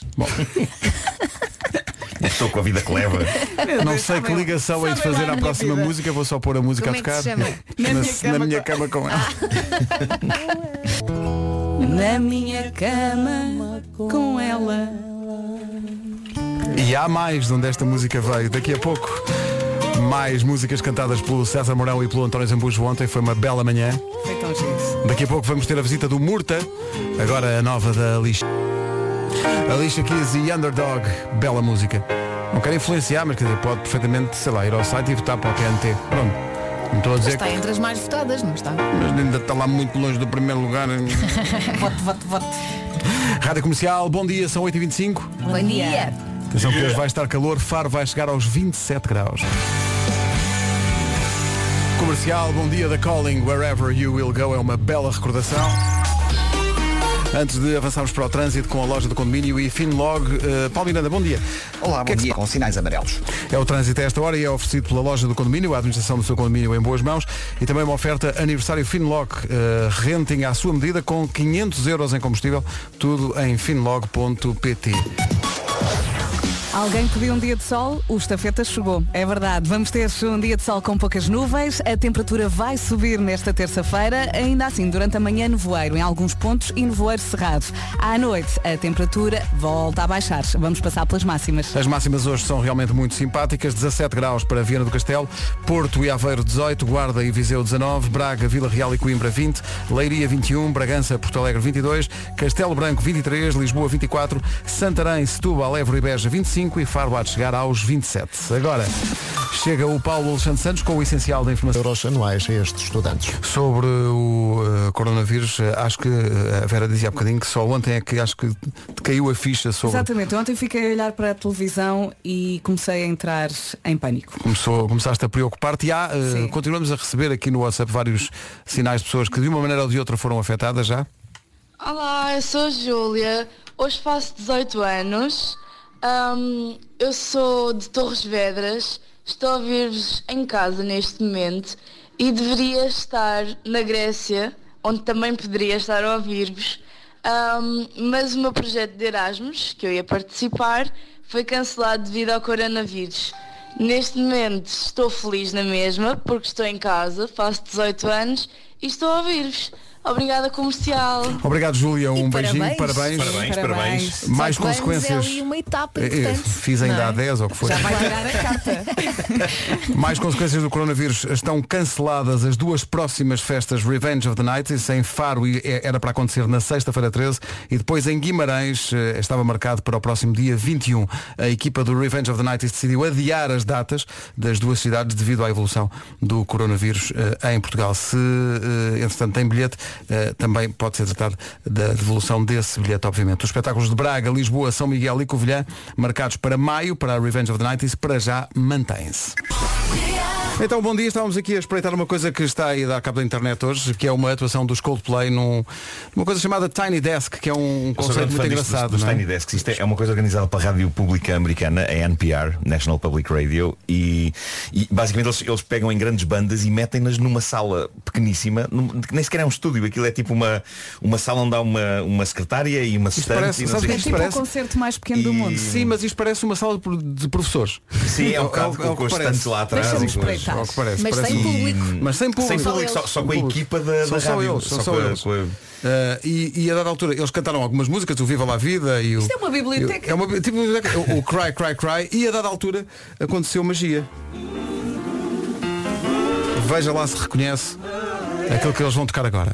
[SPEAKER 10] Estou com a vida que leva.
[SPEAKER 2] Não sei que ligação hei de fazer à próxima música, vou só pôr a música
[SPEAKER 1] Como
[SPEAKER 2] a
[SPEAKER 1] é que se
[SPEAKER 2] tocar.
[SPEAKER 1] chama?
[SPEAKER 2] Na,
[SPEAKER 5] Na
[SPEAKER 2] na
[SPEAKER 5] minha cama
[SPEAKER 2] minha
[SPEAKER 5] com-
[SPEAKER 2] cama
[SPEAKER 1] Ah,
[SPEAKER 2] com ela.
[SPEAKER 5] Na minha cama com ela.
[SPEAKER 2] E há mais de onde esta música veio. Daqui a pouco, mais músicas cantadas pelo César Mourão e pelo António Zambujo ontem. Foi uma bela manhã.
[SPEAKER 5] Foi tão giro.
[SPEAKER 2] Daqui a pouco vamos ter a visita do Murta. Agora a nova da Alicia. Alicia Keys e Underdog. Bela música. Não quero influenciar, mas quer dizer, pode perfeitamente, sei lá, ir ao site e votar para o TNT. Pronto. Não estou a dizer
[SPEAKER 1] Está entre as mais votadas, tá. não está?
[SPEAKER 2] que mas ainda está lá muito longe do primeiro lugar.
[SPEAKER 5] Vote, vote, vote.
[SPEAKER 2] Rádio Comercial, bom dia, são 8h25.
[SPEAKER 1] Bom dia.
[SPEAKER 2] Atenção que hoje vai estar calor, Faro vai chegar aos 27 graus. Comercial, bom dia da Calling, Wherever You Will Go é uma bela recordação. Antes de avançarmos para o trânsito com a loja do condomínio e Finlog, eh, Paulo Miranda, bom dia.
[SPEAKER 4] Olá,
[SPEAKER 2] O que
[SPEAKER 4] bom
[SPEAKER 2] é que se
[SPEAKER 4] dia, com sinais amarelos.
[SPEAKER 2] é o trânsito a esta hora e é oferecido pela loja do condomínio, a administração do seu condomínio em boas mãos e também uma oferta aniversário Finlock, eh, renting à sua medida com 500 euros em combustível, tudo em finlog.pt.
[SPEAKER 5] Alguém pediu um dia de sol, o estafeta chegou. É verdade, vamos ter um dia de sol com poucas nuvens, a temperatura vai subir nesta terça-feira, ainda assim, durante a manhã nevoeiro em alguns pontos e nevoeiro cerrado. À noite, a temperatura volta a baixar. Vamos passar pelas máximas.
[SPEAKER 2] As máximas hoje são realmente muito simpáticas. 17 graus para Viana do Castelo, Porto e Aveiro 18, Guarda e Viseu 19, Braga, Vila Real e Coimbra 20, Leiria 21, Bragança, Porto Alegre 22, Castelo Branco 23, Lisboa 24, Santarém, Setúbal, Évora e Beja 25 e Faro há de chegar aos 27. Agora chega o Paulo Alexandre Santos com o essencial da informação.
[SPEAKER 7] Euros anuais a estes estudantes.
[SPEAKER 2] Sobre o eh, coronavírus, eh, acho que eh, a Vera dizia há bocadinho que só ontem é que acho que te caiu a ficha sobre.
[SPEAKER 5] Exatamente, ontem fiquei a olhar para a televisão e comecei a entrar em pânico.
[SPEAKER 2] começou, começaste a preocupar-te e há, eh,
[SPEAKER 5] Sim.
[SPEAKER 2] continuamos a receber aqui no WhatsApp vários sinais de pessoas que de uma maneira ou de outra foram afetadas já.
[SPEAKER 12] Olá, eu sou a Júlia, hoje faço 18 anos, Ahm, eu sou de Torres Vedras, estou a vir-vos em casa neste momento e deveria estar na Grécia, onde também poderia estar a ouvir-vos, Ahm, mas o meu projeto de Erasmus, que eu ia participar, foi cancelado devido ao coronavírus. Neste momento estou feliz na mesma, porque estou em casa, faço 18 anos e estou a ouvir-vos. Obrigada, comercial.
[SPEAKER 2] Obrigado, Júlia. Um beijinho,
[SPEAKER 1] parabéns.
[SPEAKER 2] parabéns.
[SPEAKER 10] Parabéns, parabéns.
[SPEAKER 2] Mais
[SPEAKER 1] Só que vamos
[SPEAKER 2] consequências.
[SPEAKER 1] É ali uma etapa
[SPEAKER 2] Eh, eh,
[SPEAKER 1] importante.
[SPEAKER 2] Fiz ainda
[SPEAKER 1] não é?
[SPEAKER 2] há 10 ou o que foi.
[SPEAKER 5] Já vai tirar a carta.
[SPEAKER 2] Mais consequências do coronavírus. Estão canceladas as duas próximas festas Revenge of the Night. Isso em Faro e é- era para acontecer na sexta-feira 13 e depois em Guimarães eh, estava marcado para o próximo dia 21. A equipa do Revenge of the Night decidiu adiar as datas das duas cidades devido à evolução do coronavírus eh, em Portugal. Se, eh, entretanto, tem bilhete, eh, também pode ser tratado da devolução desse bilhete, obviamente. Os espetáculos de Braga, Lisboa, São Miguel e Covilhã, marcados para maio para a Revenge of the Night, isso para já mantém-se. Então, bom dia. Estávamos aqui a espreitar uma coisa que está aí da cabo da internet hoje, que é uma atuação dos Coldplay num, numa coisa chamada Tiny Desk, que é um
[SPEAKER 10] Eu sou
[SPEAKER 2] conceito
[SPEAKER 10] grande
[SPEAKER 2] muito
[SPEAKER 10] fã disto,
[SPEAKER 2] engraçado.
[SPEAKER 10] Dos, dos
[SPEAKER 2] não é?
[SPEAKER 10] Tiny Desks. Isto é, é uma coisa organizada pela Rádio Pública Americana, a NPR, National Public Radio, e, e basicamente eles, eles pegam em grandes bandas e metem-nas numa sala pequeníssima, num- que nem sequer é um estúdio, aquilo é tipo uma, uma sala onde há uma, uma secretária e uma
[SPEAKER 2] Isto
[SPEAKER 10] assistente
[SPEAKER 2] parece-
[SPEAKER 10] e não
[SPEAKER 2] sabes o
[SPEAKER 10] sei
[SPEAKER 2] que
[SPEAKER 5] É
[SPEAKER 10] o quê.
[SPEAKER 5] tipo o
[SPEAKER 2] Parece-
[SPEAKER 5] concerto mais
[SPEAKER 2] é
[SPEAKER 5] pequeno do
[SPEAKER 10] E-
[SPEAKER 5] mundo.
[SPEAKER 2] Sim, mas isto parece uma sala de pro- de professores.
[SPEAKER 10] Sim, é um
[SPEAKER 2] o-
[SPEAKER 10] bocado com,
[SPEAKER 2] o
[SPEAKER 10] com
[SPEAKER 2] que
[SPEAKER 10] os
[SPEAKER 2] parece.
[SPEAKER 10] tantos lá atrás.
[SPEAKER 5] Deixa-me
[SPEAKER 10] e com as-
[SPEAKER 5] espreitar.
[SPEAKER 2] Ao que parece,
[SPEAKER 1] Mas
[SPEAKER 2] parece
[SPEAKER 1] sem
[SPEAKER 2] um-
[SPEAKER 1] público.
[SPEAKER 2] Mas sem
[SPEAKER 10] Sem
[SPEAKER 2] público.
[SPEAKER 10] público, só, só com a
[SPEAKER 2] Público.
[SPEAKER 10] equipa da,
[SPEAKER 2] São
[SPEAKER 10] da
[SPEAKER 2] só
[SPEAKER 10] rádio.
[SPEAKER 2] eles, são só
[SPEAKER 10] com a-
[SPEAKER 2] eles.
[SPEAKER 10] com a-
[SPEAKER 2] Ah, e, e a dada altura eles cantaram algumas músicas, o Viva la Vida e o.
[SPEAKER 5] Isto é uma biblioteca.
[SPEAKER 2] e o- é uma bi- tipo, biblioteca. o, o Cry, Cry, Cry. E a dada altura aconteceu magia. Veja lá se reconhece aquilo que eles vão tocar agora.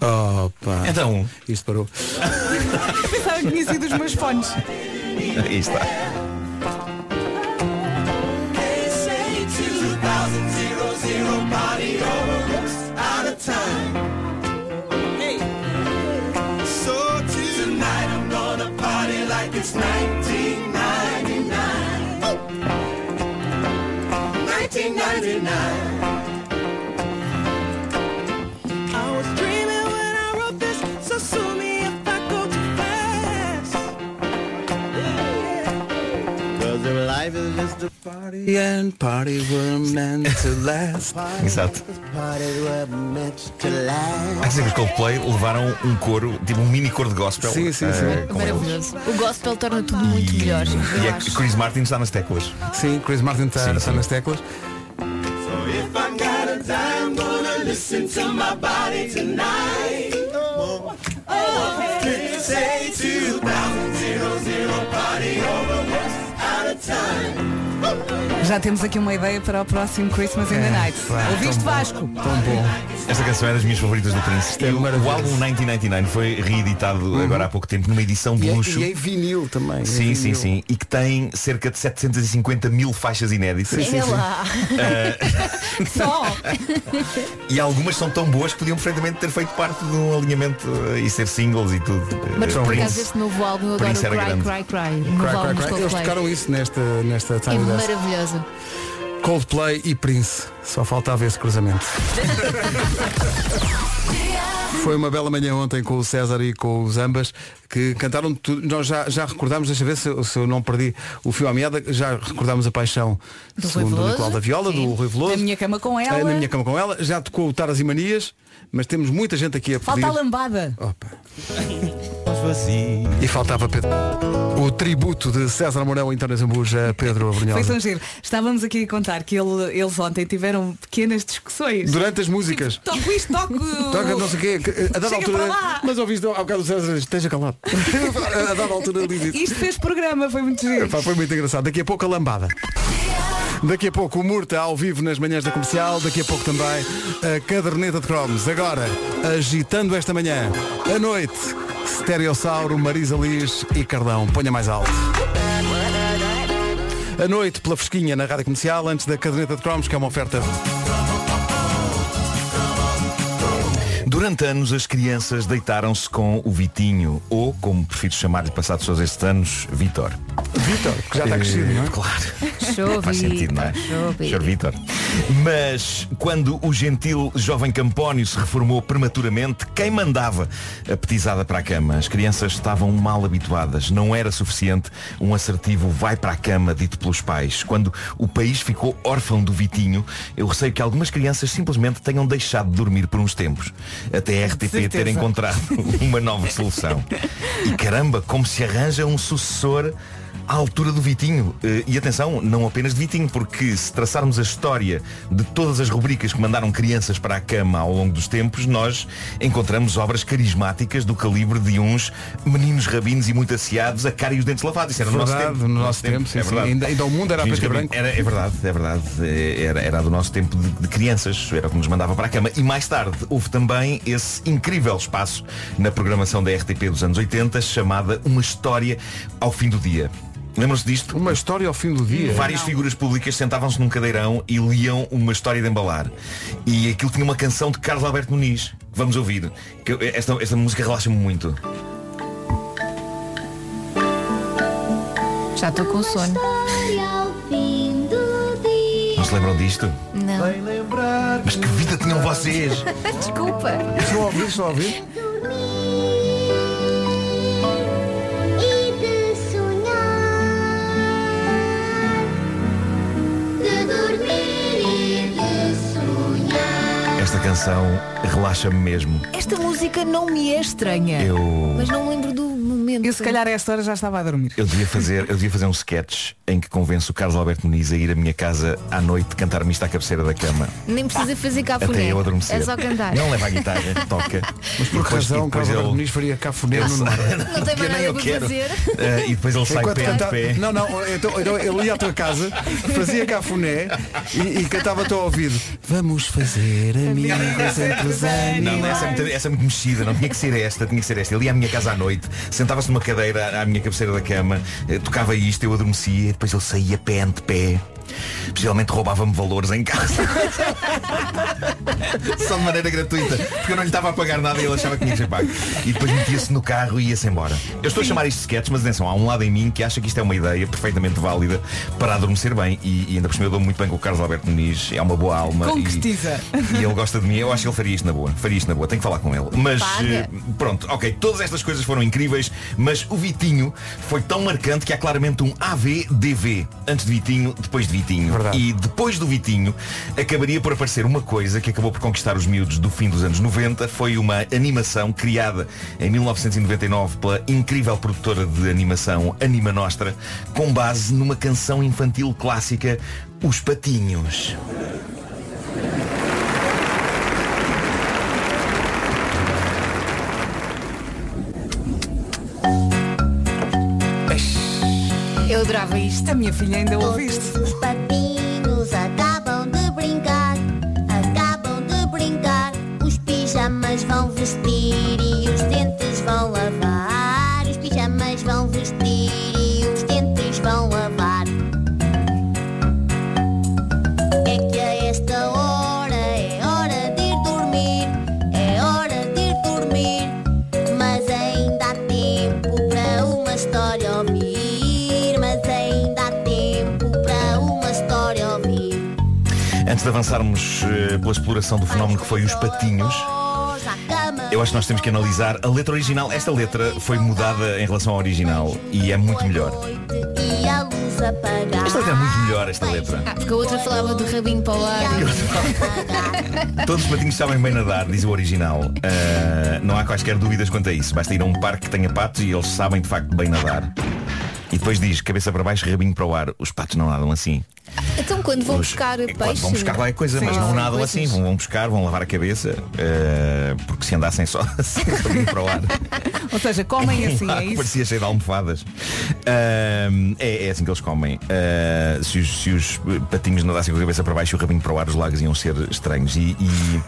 [SPEAKER 2] Opa!
[SPEAKER 10] Então,
[SPEAKER 2] Isto parou.
[SPEAKER 5] Pensava que tinha sido os meus fones.
[SPEAKER 10] aí está.
[SPEAKER 3] I was dreaming when I wrote this, so sue me if I go too fast. Life is just a
[SPEAKER 2] party and party were meant to last.
[SPEAKER 10] Exato.
[SPEAKER 3] party were meant to last.
[SPEAKER 10] Há de ser que os Coldplay levaram um coro, tipo um mini coro de gospel.
[SPEAKER 2] Sim, sim, sim.
[SPEAKER 10] eh, com eles.
[SPEAKER 1] Maravilhoso. O gospel torna tudo muito melhor. eu
[SPEAKER 10] E é
[SPEAKER 1] acho.
[SPEAKER 10] que Chris Martin está nas teclas.
[SPEAKER 2] Sim, Chris Martin está, está nas teclas.
[SPEAKER 3] If I got a dime, gonna listen to my body tonight. Oh, oh, did say 2000 zero, zero, party over, what's out of time?
[SPEAKER 5] Já temos aqui uma ideia para o próximo Christmas in the Night.
[SPEAKER 10] pá,
[SPEAKER 5] Ouviste
[SPEAKER 10] tão bom.
[SPEAKER 5] Vasco?
[SPEAKER 2] É, Tão bom.
[SPEAKER 10] Esta canção é das minhas favoritas do Prince.
[SPEAKER 2] É
[SPEAKER 10] E o, o álbum 1999 foi reeditado agora há pouco tempo numa edição de
[SPEAKER 2] Uhum. E é,
[SPEAKER 10] luxo.
[SPEAKER 2] e é vinil também. é
[SPEAKER 10] Sim, sim,
[SPEAKER 2] vinil.
[SPEAKER 10] sim. E que tem cerca de 750 mil faixas inéditas.
[SPEAKER 1] É lá. Só.
[SPEAKER 10] E algumas são tão boas que podiam perfeitamente ter feito parte de um alinhamento eh, e ser singles e tudo.
[SPEAKER 1] Mas
[SPEAKER 10] Eh,
[SPEAKER 1] por acaso
[SPEAKER 10] Prince.
[SPEAKER 1] esse novo álbum eu adoro o
[SPEAKER 10] Prince era
[SPEAKER 1] Cry,
[SPEAKER 10] grande.
[SPEAKER 1] Cry, Cry. O novo
[SPEAKER 2] Cry,
[SPEAKER 1] álbum dos
[SPEAKER 2] cry, cry. Eles
[SPEAKER 1] Coldplay.
[SPEAKER 2] tocaram isso nesta, nesta
[SPEAKER 1] É
[SPEAKER 2] Time Dance.
[SPEAKER 1] maravilhoso.
[SPEAKER 2] Coldplay e Prince. Só faltava esse cruzamento. Foi uma bela manhã ontem com o César e com os ambas que cantaram tudo. Nós já, já recordámos, deixa eu ver se, eu- se eu não perdi o fio à meada, já recordámos a paixão
[SPEAKER 5] Do Rui
[SPEAKER 2] segundo o
[SPEAKER 5] Veloso,
[SPEAKER 2] Nicolau da Viola,
[SPEAKER 5] sim.
[SPEAKER 2] do Rui Veloso.
[SPEAKER 5] Na minha cama com
[SPEAKER 2] Eh,
[SPEAKER 5] ela.
[SPEAKER 2] Na minha cama com ela. Já tocou o Taras e Manias, mas temos muita gente aqui a pedir.
[SPEAKER 5] Falta a lambada.
[SPEAKER 2] E faltava Pedro. O tributo de César Mourão e António Zambuja a Pedro
[SPEAKER 5] Foi
[SPEAKER 2] Abrunhosa.
[SPEAKER 5] É tão giro. Estávamos aqui a contar que ele- eles ontem tiveram pequenas discussões.
[SPEAKER 2] Durante as músicas.
[SPEAKER 5] Toco isto, toco.
[SPEAKER 2] Toca não sei o quê, que, a dada
[SPEAKER 5] Chega
[SPEAKER 2] altura.
[SPEAKER 5] para lá.
[SPEAKER 2] Mas ouviste ao bocado do César, esteja calado. a dada altura diz isso.
[SPEAKER 5] Isto fez programa, foi muito giro.
[SPEAKER 2] Epá, foi muito engraçado. Daqui a pouco a lambada. Daqui a pouco o Murta ao vivo nas manhãs da comercial. Daqui a pouco também a caderneta de cromos. Agora, agitando esta manhã, à noite, Stereossauro, Marisa Liz e Cardão. Ponha mais alto. A noite, pela fresquinha na rádio comercial, antes da caderneta de cromos, que é uma oferta.
[SPEAKER 10] Durante anos as crianças deitaram-se com o Vitinho, ou, como prefiro chamar-lhe passados todos estes anos, Vitor.
[SPEAKER 2] Vitor, que já está crescido, não é?
[SPEAKER 10] Claro.
[SPEAKER 1] Show,
[SPEAKER 10] Faz sentido, não é? Sr. Vítor. Mas quando o gentil jovem Campónio se reformou prematuramente, quem mandava a petizada para a cama? As crianças estavam mal habituadas. Não era suficiente um assertivo vai para a cama dito pelos pais. Quando o país ficou órfão do Vitinho, eu receio que algumas crianças simplesmente tenham deixado de dormir por uns tempos. Até a RTP ter
[SPEAKER 5] certeza.
[SPEAKER 10] encontrado uma nova solução. E caramba, como se arranja um sucessor à altura do Vitinho. Eh, E atenção, não apenas de Vitinho, porque se traçarmos a história de todas as rubricas que mandaram crianças para a cama ao longo dos tempos, nós encontramos obras carismáticas do calibre de uns meninos rabinos e muito asseados a cara e os dentes lavados. Isso era no nosso
[SPEAKER 2] Verdade,
[SPEAKER 10] tempo.
[SPEAKER 2] no nosso tempo, sim,
[SPEAKER 10] é
[SPEAKER 2] sim.
[SPEAKER 10] verdade.
[SPEAKER 2] Ainda- ainda o mundo era a
[SPEAKER 10] Meninos
[SPEAKER 2] preto e
[SPEAKER 10] rabinos.
[SPEAKER 2] branco.
[SPEAKER 10] Era, é verdade, é verdade. É, Era, era do nosso tempo de, de crianças, era o que nos mandava para a cama. E mais tarde houve também esse incrível espaço na programação da RTP dos anos 80, chamada Uma História ao Fim do Dia. Lembram-se disto?
[SPEAKER 2] Uma história ao fim do dia.
[SPEAKER 10] Várias figuras públicas sentavam-se num cadeirão e liam uma história de embalar. E aquilo tinha uma canção de Carlos Alberto Muniz. Vamos ouvir. Que eu- Esta, esta música relaxa-me muito.
[SPEAKER 1] Já estou com sono.
[SPEAKER 8] História ao fim do dia.
[SPEAKER 10] Não se lembram disto?
[SPEAKER 1] Não.
[SPEAKER 10] Mas que vida tinham vocês?
[SPEAKER 1] Desculpa.
[SPEAKER 2] Só ouvir, só ouvir.
[SPEAKER 8] E de sonhar. De dormir e de sonhar.
[SPEAKER 10] Esta canção relaxa-me mesmo.
[SPEAKER 1] Esta música não me é estranha.
[SPEAKER 10] Eu.
[SPEAKER 1] Mas não me lembro do momento.
[SPEAKER 5] Eu se calhar a esta hora já estava a dormir.
[SPEAKER 10] Eu devia, fazer, eu devia fazer um sketch em que convenço o Carlos Alberto Muniz a ir à minha casa à noite cantar-me isto à cabeceira da cama.
[SPEAKER 1] Nem precisa fazer
[SPEAKER 10] Até
[SPEAKER 1] cafuné.
[SPEAKER 10] eu adormecer.
[SPEAKER 1] É só cantar.
[SPEAKER 10] Não leva a guitarra, toca. Mas
[SPEAKER 2] Por razão, Carlos Alberto Muniz faria cafuné no normal.
[SPEAKER 1] Não tem mais
[SPEAKER 10] nem
[SPEAKER 1] nada
[SPEAKER 10] eu
[SPEAKER 1] para
[SPEAKER 10] quero.
[SPEAKER 1] fazer.
[SPEAKER 10] Eh, e depois ele sai
[SPEAKER 2] Enquanto
[SPEAKER 10] pé
[SPEAKER 2] canta-
[SPEAKER 10] de pé.
[SPEAKER 2] Não, não, então, então ele ia à tua casa, fazia cafuné e, e cantava-te ao ouvido. Vamos fazer amigos entre os
[SPEAKER 10] Não,
[SPEAKER 2] anos.
[SPEAKER 10] não, essa, é muito, essa é muito mexida, não tinha que ser esta, tinha que ser esta. Ele ia à minha casa à noite, sentava-se numa cadeira à minha cabeceira da cama, eh, tocava isto, eu adormecia, depois ele saía pé ante pé. Possivelmente roubava-me valores em casa. Só de maneira gratuita. Porque eu não lhe estava a pagar nada e ele achava que tinha que ser pago. E depois metia-se no carro e ia-se embora. Eu estou a chamar isto de sketch, mas atenção, há um lado em mim que acha que isto é uma ideia perfeitamente válida para adormecer bem. E, e ainda por cima eu dou muito bem com o Carlos Alberto Muniz, é uma boa alma.
[SPEAKER 5] Conquista.
[SPEAKER 10] E, e ele gosta de mim. Eu acho que ele faria isto na boa. Faria isto na boa. Tenho que falar com ele. Mas
[SPEAKER 1] Paga.
[SPEAKER 10] eh, pronto, ok. Todas estas coisas foram incríveis, Mas o Vitinho foi tão marcante que há claramente um AVDV. Antes de Vitinho, depois de Vitinho. E depois do Vitinho, acabaria por aparecer uma coisa que acabou por conquistar os miúdos do fim dos anos 90. Foi uma animação criada em 1999 pela incrível produtora de animação Anima Nostra, com base numa canção infantil clássica, Os Patinhos.
[SPEAKER 5] Eu adorava isto. A minha filha ainda ouviste.
[SPEAKER 8] Os papinhos acabam de brincar, acabam de brincar. Os pijamas vão vestir e os dentes vão lavar. Os pijamas vão vestir e os dentes vão lavar. É que a esta hora é hora de ir dormir, é hora de ir dormir. Mas ainda há tempo para uma história ouvir. Mas ainda há tempo para uma história ouvir.
[SPEAKER 10] Antes de avançarmos eh, pela exploração do fenómeno que foi os patinhos,
[SPEAKER 8] Hoje à cama.
[SPEAKER 10] eu acho que nós temos que analisar a letra original. Esta letra foi mudada em relação à original e é muito melhor.
[SPEAKER 8] E a luz apagar.
[SPEAKER 10] Esta letra é muito melhor, esta letra.
[SPEAKER 1] Ah, porque a outra falava do rabinho para o ar.
[SPEAKER 10] Todos os patinhos sabem bem nadar, diz o original. Ah, não há quaisquer dúvidas quanto a isso. Basta ir a um parque que tenha patos e eles sabem de facto bem nadar. E depois diz, cabeça para baixo, rabinho para o ar. Os patos não nadam assim.
[SPEAKER 1] Então quando vão
[SPEAKER 10] Os-
[SPEAKER 1] buscar
[SPEAKER 10] é
[SPEAKER 1] peixe.
[SPEAKER 10] claro, vão buscar lá é coisa, mas
[SPEAKER 1] Sim,
[SPEAKER 10] não
[SPEAKER 1] sim,
[SPEAKER 10] nadam
[SPEAKER 1] coisas.
[SPEAKER 10] assim. Vão, vão buscar, vão lavar a cabeça. ah, porque se andassem só assim, rabinho para o ar.
[SPEAKER 5] Ou seja, comem assim,
[SPEAKER 10] Lá
[SPEAKER 5] é
[SPEAKER 10] que
[SPEAKER 5] isso?
[SPEAKER 10] Parecia cheio de almofadas. Ahm, é, é assim que eles comem. Ah, se, os, se os patinhos nadassem com a cabeça para baixo e o rabinho para o ar, os lagos iam ser estranhos. E, e-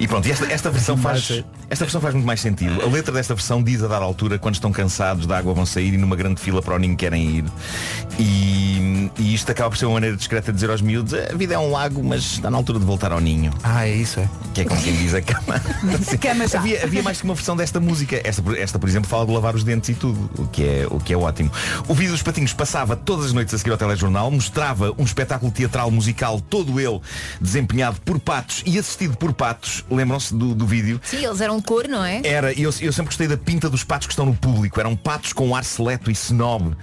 [SPEAKER 10] e pronto, e esta, esta versão faz, esta versão faz muito mais sentido. A letra desta versão diz a dar altura, quando estão cansados da água vão sair e numa grande fila para o ninho querem ir. E, e isto acaba por ser uma maneira discreta de dizer aos miúdos, a vida é um lago, mas está na altura de voltar ao ninho.
[SPEAKER 2] Ah, é isso, é.
[SPEAKER 10] Que é como quem diz a cama. havia, havia mais que uma versão desta música. Esta, por- esta, por exemplo, fala de lavar os dentes e tudo, o que é, o que é ótimo. O vídeo dos Patinhos passava todas as noites a seguir ao telejornal, mostrava um espetáculo teatral musical, todo ele desempenhado por patos e assistido por patos. Lembram-se do, do vídeo?
[SPEAKER 1] Sim, eles eram cor, não é?
[SPEAKER 10] Era, e eu, eu sempre gostei da pinta dos patos que estão no público. Eram patos com ar seleto e snob,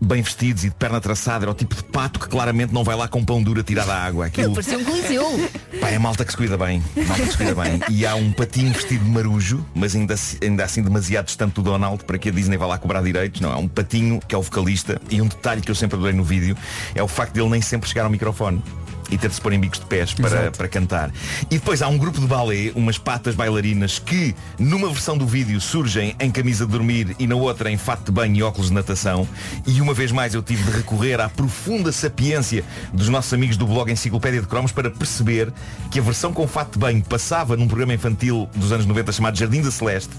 [SPEAKER 10] bem vestidos e de perna traçada. Era o tipo de pato que claramente não vai lá com pão duro a tirar da água. Aquilo-
[SPEAKER 1] Ele parecia um coliseu.
[SPEAKER 10] Pá, é malta que se cuida bem. Malta que se cuida bem. E há um patinho vestido de marujo, mas ainda, assim- ainda assim demasiado distante do Donald para que a Disney vá lá cobrar direitos. Não, há um patinho que é o vocalista. E um detalhe que eu sempre adorei no vídeo é o facto dele nem sempre chegar ao microfone. E ter de se pôr em bicos de pés para, para cantar. E depois há um grupo de balé, umas patas bailarinas que, numa versão do vídeo, surgem em camisa de dormir e na outra em fato de banho e óculos de natação. E uma vez mais eu tive de recorrer à profunda sapiência dos nossos amigos do blog Enciclopédia de Cromos para perceber que a versão com fato de banho passava num programa infantil dos anos 90 chamado Jardim da Celeste.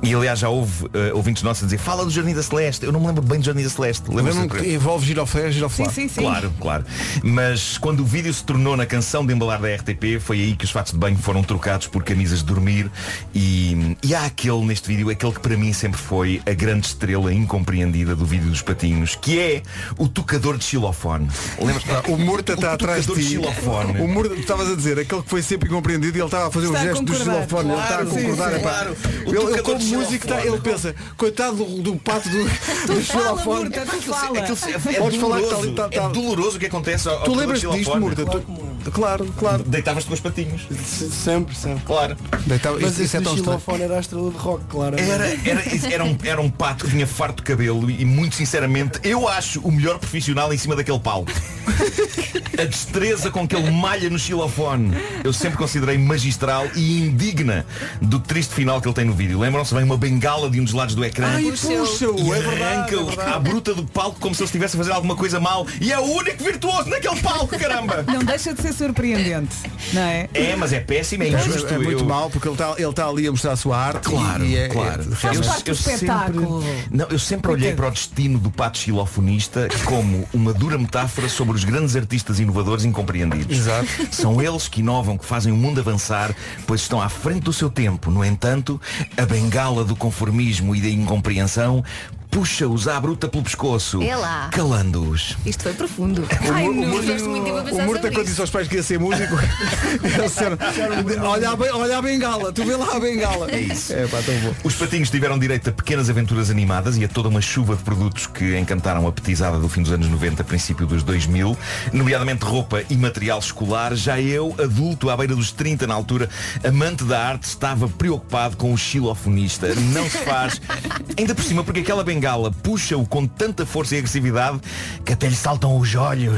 [SPEAKER 10] E aliás já houve eh, ouvintes nossos a dizer fala do Jardim da Celeste. Eu não me lembro bem do Jardim da Celeste. Lembram-se do
[SPEAKER 2] Lembro-me que
[SPEAKER 10] programa?
[SPEAKER 2] envolve giroflé, giroflé.
[SPEAKER 10] Claro, claro. Mas quando o vídeo se tornou na canção de embalar da RTP, foi aí que os fatos de banho foram trocados por camisas de dormir. E, e há aquele neste vídeo, aquele que para mim sempre foi a grande estrela incompreendida do vídeo dos patinhos, que é o tocador de xilofone. Lembras?
[SPEAKER 2] Ah, O Murta está
[SPEAKER 10] O
[SPEAKER 2] atrás de
[SPEAKER 10] tocador
[SPEAKER 2] ti.
[SPEAKER 10] xilofone.
[SPEAKER 2] O Murta, tu estavas a dizer, aquele que foi sempre incompreendido e ele estava a fazer
[SPEAKER 10] Está
[SPEAKER 2] o
[SPEAKER 10] a
[SPEAKER 2] gesto do
[SPEAKER 10] concordar.
[SPEAKER 2] xilofone. ele está a
[SPEAKER 10] Claro, sim,
[SPEAKER 2] concordar.
[SPEAKER 10] sim,
[SPEAKER 2] epá.
[SPEAKER 10] claro. O
[SPEAKER 2] Ele, ele
[SPEAKER 10] tocador
[SPEAKER 2] como
[SPEAKER 10] de
[SPEAKER 2] músico, tá, ele
[SPEAKER 10] xilofone.
[SPEAKER 2] pensa, coitado do, do pato do, do xilofone. Podes falar que está ali, É tá- tá-
[SPEAKER 10] é doloroso o que acontece ao, ao
[SPEAKER 2] Tu
[SPEAKER 10] tocador
[SPEAKER 2] lembras
[SPEAKER 10] de
[SPEAKER 2] disto,
[SPEAKER 10] xilofone.
[SPEAKER 2] Murta? Tu- Claro, claro.
[SPEAKER 10] Deitavas-te com os patinhos.
[SPEAKER 13] Sempre, sempre.
[SPEAKER 10] Claro.
[SPEAKER 2] Deitava-
[SPEAKER 13] Mas
[SPEAKER 2] isso- isso
[SPEAKER 13] esse
[SPEAKER 2] é tão
[SPEAKER 13] do
[SPEAKER 2] estranho.
[SPEAKER 13] xilofone era a estrela de rock, claro.
[SPEAKER 10] Era, era, era, um, era um pato que tinha farto de cabelo e muito sinceramente eu acho o melhor profissional em cima daquele palco. A destreza com que ele malha no xilofone eu sempre considerei magistral e indigna do triste final que ele tem no vídeo. Lembram-se bem uma bengala de um dos lados do ecrã
[SPEAKER 2] Ai, puxa-o,
[SPEAKER 10] e
[SPEAKER 2] é verdade,
[SPEAKER 10] arranca-o
[SPEAKER 2] é verdade.
[SPEAKER 10] à bruta do palco como se ele estivesse a fazer alguma coisa mal e é o único virtuoso naquele palco, caramba!
[SPEAKER 5] Não deixa de ser surpreendente, não é?
[SPEAKER 10] É, mas é péssimo, é injusto.
[SPEAKER 2] É muito
[SPEAKER 10] eu-
[SPEAKER 2] mal porque ele está ele tá ali a mostrar a sua arte.
[SPEAKER 10] Claro,
[SPEAKER 2] e, e é,
[SPEAKER 10] claro.
[SPEAKER 2] é-
[SPEAKER 5] Faz parte do espetáculo.
[SPEAKER 10] Não, eu sempre olhei para o destino do pato xilofonista como uma dura metáfora sobre os grandes artistas inovadores incompreendidos.
[SPEAKER 2] Exato.
[SPEAKER 10] São eles que inovam, que fazem o mundo avançar, pois estão à frente do seu tempo. No entanto, a bengala do conformismo e da incompreensão puxa-os à bruta pelo pescoço,
[SPEAKER 1] É lá.
[SPEAKER 10] calando-os.
[SPEAKER 1] Isto foi profundo.
[SPEAKER 2] O
[SPEAKER 1] Ai,
[SPEAKER 2] Mur-
[SPEAKER 1] não,
[SPEAKER 2] o Murta-
[SPEAKER 1] gosto muito de uma
[SPEAKER 2] o
[SPEAKER 1] pensar
[SPEAKER 2] Murta,
[SPEAKER 1] sobre
[SPEAKER 2] quando
[SPEAKER 1] isso.
[SPEAKER 2] disse aos pais que ia ser músico, eles disseram, olha, a ben- olha a bengala, tu vê lá a bengala.
[SPEAKER 10] É isso. Os patinhos tiveram direito a pequenas aventuras animadas e a toda uma chuva de produtos que encantaram a petizada do fim dos anos 90, princípio dos 2000, nomeadamente roupa e material escolar. Já eu, adulto, à beira dos 30 na altura, amante da arte, estava preocupado com o xilofonista. Não se faz. Ainda por cima, porque aquela bengala puxa-o com tanta força e agressividade que até lhe saltam os olhos.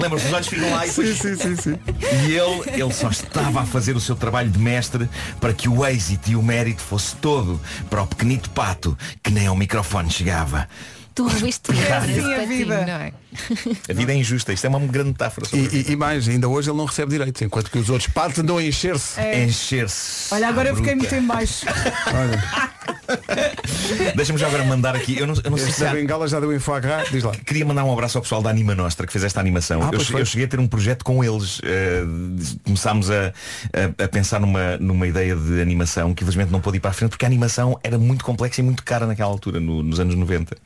[SPEAKER 10] Lembra-se, os olhos ficam lá e depois
[SPEAKER 2] Sim, sim, sim, sim.
[SPEAKER 10] e ele, ele só estava a fazer o seu trabalho de mestre para que o êxito e o mérito fosse todo para o pequenito pato que nem ao microfone chegava.
[SPEAKER 1] Tu reviste tudo.
[SPEAKER 10] É assim
[SPEAKER 1] esse
[SPEAKER 10] a
[SPEAKER 1] patinho,
[SPEAKER 10] vida.
[SPEAKER 1] não é?
[SPEAKER 10] A vida é injusta, isto é uma grande metáfora.
[SPEAKER 2] E, e- e mais, ainda hoje ele não recebe direito, enquanto que os outros patos andam a encher-se.
[SPEAKER 10] É. Encher-se.
[SPEAKER 5] Olha, agora
[SPEAKER 10] à
[SPEAKER 5] eu fiquei
[SPEAKER 10] bruta.
[SPEAKER 5] muito em baixo.
[SPEAKER 10] Deixa-me já agora mandar aqui. Eu não, eu não sei
[SPEAKER 2] Este
[SPEAKER 10] se
[SPEAKER 2] da bengala já deu em faca, diz lá.
[SPEAKER 10] Queria mandar um abraço ao pessoal da Anima Nostra que fez esta animação.
[SPEAKER 2] Ah,
[SPEAKER 10] eu,
[SPEAKER 2] pois
[SPEAKER 10] che-
[SPEAKER 2] foi.
[SPEAKER 10] eu cheguei a ter um projeto com eles. eh, de- começámos a, a- a pensar numa, numa ideia de animação que infelizmente não pôde ir para a frente porque a animação era muito complexa e muito cara naquela altura, no- nos anos 90.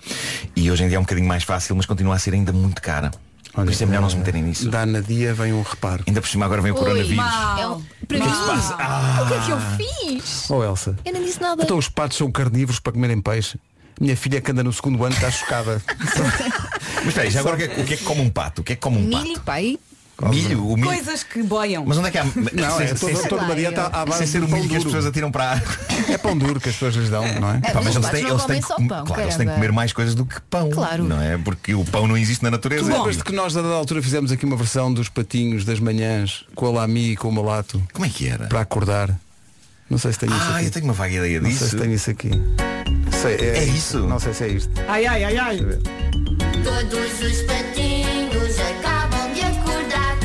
[SPEAKER 10] E hoje em dia é um bocadinho mais fácil, mas continua a ser ainda muito cara. Por isso é melhor não se meterem nisso.
[SPEAKER 2] Dá na dia vem um reparo.
[SPEAKER 10] Ainda por cima agora vem o coronavírus.
[SPEAKER 1] É um- Para
[SPEAKER 10] O que é
[SPEAKER 1] mim,
[SPEAKER 10] que se passa?
[SPEAKER 1] o que é que eu fiz?
[SPEAKER 2] Oh Elsa.
[SPEAKER 1] Eu não disse nada.
[SPEAKER 2] Então os patos são carnívoros para comerem peixe. Minha filha que anda no segundo ano está chocada.
[SPEAKER 10] Mas espera aí, já agora o que, é, o que é que come um pato? O que é que come um pato?
[SPEAKER 1] Milho, pai.
[SPEAKER 10] Milho, o milho.
[SPEAKER 5] Coisas que boiam.
[SPEAKER 10] Mas onde é que há.
[SPEAKER 2] Não, é toda- toda uma dieta à base
[SPEAKER 10] Sem ser o
[SPEAKER 2] de pão
[SPEAKER 10] milho que as
[SPEAKER 2] duro.
[SPEAKER 10] pessoas atiram para a água.
[SPEAKER 2] É pão duro que as pessoas lhes dão, não é?
[SPEAKER 1] É,
[SPEAKER 10] Pá,
[SPEAKER 1] mas os
[SPEAKER 10] mas eles
[SPEAKER 1] patos
[SPEAKER 10] têm,
[SPEAKER 1] não
[SPEAKER 10] eles têm
[SPEAKER 1] comem
[SPEAKER 10] que,
[SPEAKER 1] só
[SPEAKER 10] com-
[SPEAKER 1] pão,
[SPEAKER 10] claro, eles têm que
[SPEAKER 1] caramba.
[SPEAKER 10] comer mais coisas do que pão.
[SPEAKER 1] Claro.
[SPEAKER 10] Não é? Porque o pão não existe na natureza.
[SPEAKER 2] Lembras-te que nós, a dada altura, fizemos aqui uma versão dos patinhos das manhãs com a Lami e com o Malato
[SPEAKER 10] Como é que era?
[SPEAKER 2] para acordar? Não sei se tem isso
[SPEAKER 10] Ah,
[SPEAKER 2] aqui.
[SPEAKER 10] eu tenho uma vaga ideia
[SPEAKER 2] Não sei
[SPEAKER 10] disso.
[SPEAKER 2] se tem isso aqui. Sei,
[SPEAKER 10] É isso?
[SPEAKER 2] Não sei se é isto.
[SPEAKER 5] Ai, ai, ai, ai.
[SPEAKER 8] Todos os patinhos acabam de acordar.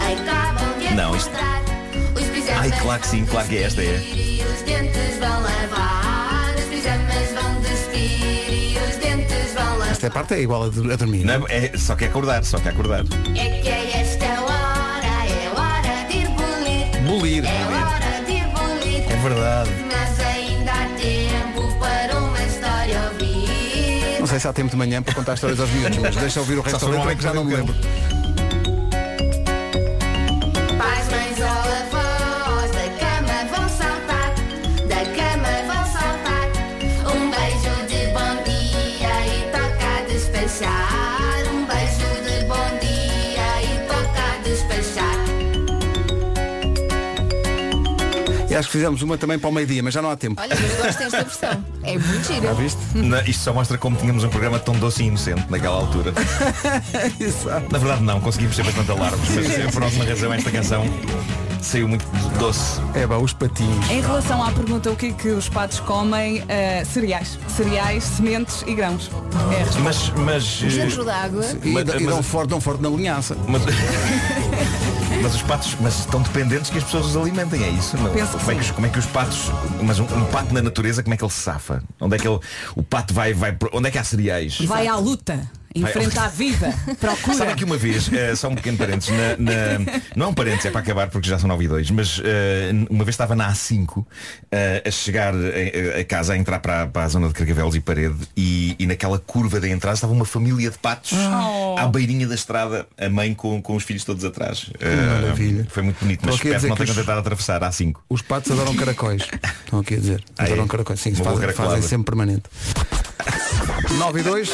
[SPEAKER 8] Acabam de
[SPEAKER 10] Não, isto-
[SPEAKER 8] acordar. Os pijamas
[SPEAKER 10] Ai, claro que sim, claro que esta é.
[SPEAKER 8] E os dentes vão lavar. Os pijamas vão despir. E os dentes vão lavar.
[SPEAKER 2] Esta parte é igual a, do- a dormir.
[SPEAKER 10] Não é, é- só que é acordar, só que é acordar.
[SPEAKER 8] É que é esta hora. É hora de ir bolir.
[SPEAKER 2] Bolir.
[SPEAKER 8] É hora de ir bolir.
[SPEAKER 10] É verdade.
[SPEAKER 8] Mas ainda há tempo para uma história ouvir.
[SPEAKER 2] Não sei se há tempo de manhã para contar histórias aos miúdos, mas deixa eu ouvir o
[SPEAKER 10] Só
[SPEAKER 2] resto
[SPEAKER 10] se
[SPEAKER 2] da
[SPEAKER 10] for
[SPEAKER 2] letra
[SPEAKER 10] um homem
[SPEAKER 2] que já não me lembro.
[SPEAKER 8] Pais, mães ou avós da cama vão saltar, da cama vão saltar. Um beijo de bom dia e toca a despachar. Um beijo de bom dia e toca a despachar.
[SPEAKER 2] E acho que fizemos uma também para o meio-dia, mas já não há tempo.
[SPEAKER 1] Olha, mas gosto desta versão. É muito gira.
[SPEAKER 10] Ah, Na- isto só mostra como tínhamos um programa tão doce e inocente naquela altura.
[SPEAKER 2] Exato.
[SPEAKER 10] Na verdade não, conseguimos ser bastante alarmes, mas por alguma razão esta canção saiu muito doce.
[SPEAKER 2] É, pá, os patinhos.
[SPEAKER 5] Em relação à pergunta o que é que os patos comem, ah, cereais. Cereais, sementes e grãos. É a resposta.
[SPEAKER 10] Mas, mas. eh,
[SPEAKER 1] Dentro da Um água.
[SPEAKER 2] E,
[SPEAKER 10] Mas-
[SPEAKER 2] e
[SPEAKER 10] mas-
[SPEAKER 2] dão forte, dão forte na linhaça.
[SPEAKER 10] Mas, mas os patos mas estão dependentes que as pessoas os alimentem, é isso? Não?
[SPEAKER 5] Penso que
[SPEAKER 10] como, é que os, como é que os patos, mas um, um pato na natureza, como é que ele se safa? Onde é que ele, o pato vai, vai, pro- onde é que há cereais?
[SPEAKER 5] Vai à luta, enfrenta a vida,
[SPEAKER 10] Sabe
[SPEAKER 5] procura.
[SPEAKER 10] que uma vez, eh, só um pequeno parênteses, na- na- não é um parênteses, é para acabar porque já são 9 e 2, mas eh, uma vez estava na A5 eh, a chegar eh, a, a casa, a entrar para, a- para a zona de Carcavelos e Parede e, e naquela curva da entrada estava uma família de patos
[SPEAKER 13] Ah.
[SPEAKER 10] à beirinha da estrada, a mãe com, com os filhos todos atrás. Eh,
[SPEAKER 2] maravilha.
[SPEAKER 10] Foi muito bonito, mas
[SPEAKER 2] Então, quer
[SPEAKER 10] espero que
[SPEAKER 2] dizer
[SPEAKER 10] não
[SPEAKER 2] que
[SPEAKER 10] tenham
[SPEAKER 2] os-
[SPEAKER 10] tentado atravessar a A5.
[SPEAKER 2] Os patos adoram caracóis. Estão aqui a dizer.
[SPEAKER 10] Ah, é?
[SPEAKER 2] adoram caracóis. Sim,
[SPEAKER 10] Uma boa
[SPEAKER 2] fazem,
[SPEAKER 10] caracolada.
[SPEAKER 2] fazem sempre permanente. 9 e 2.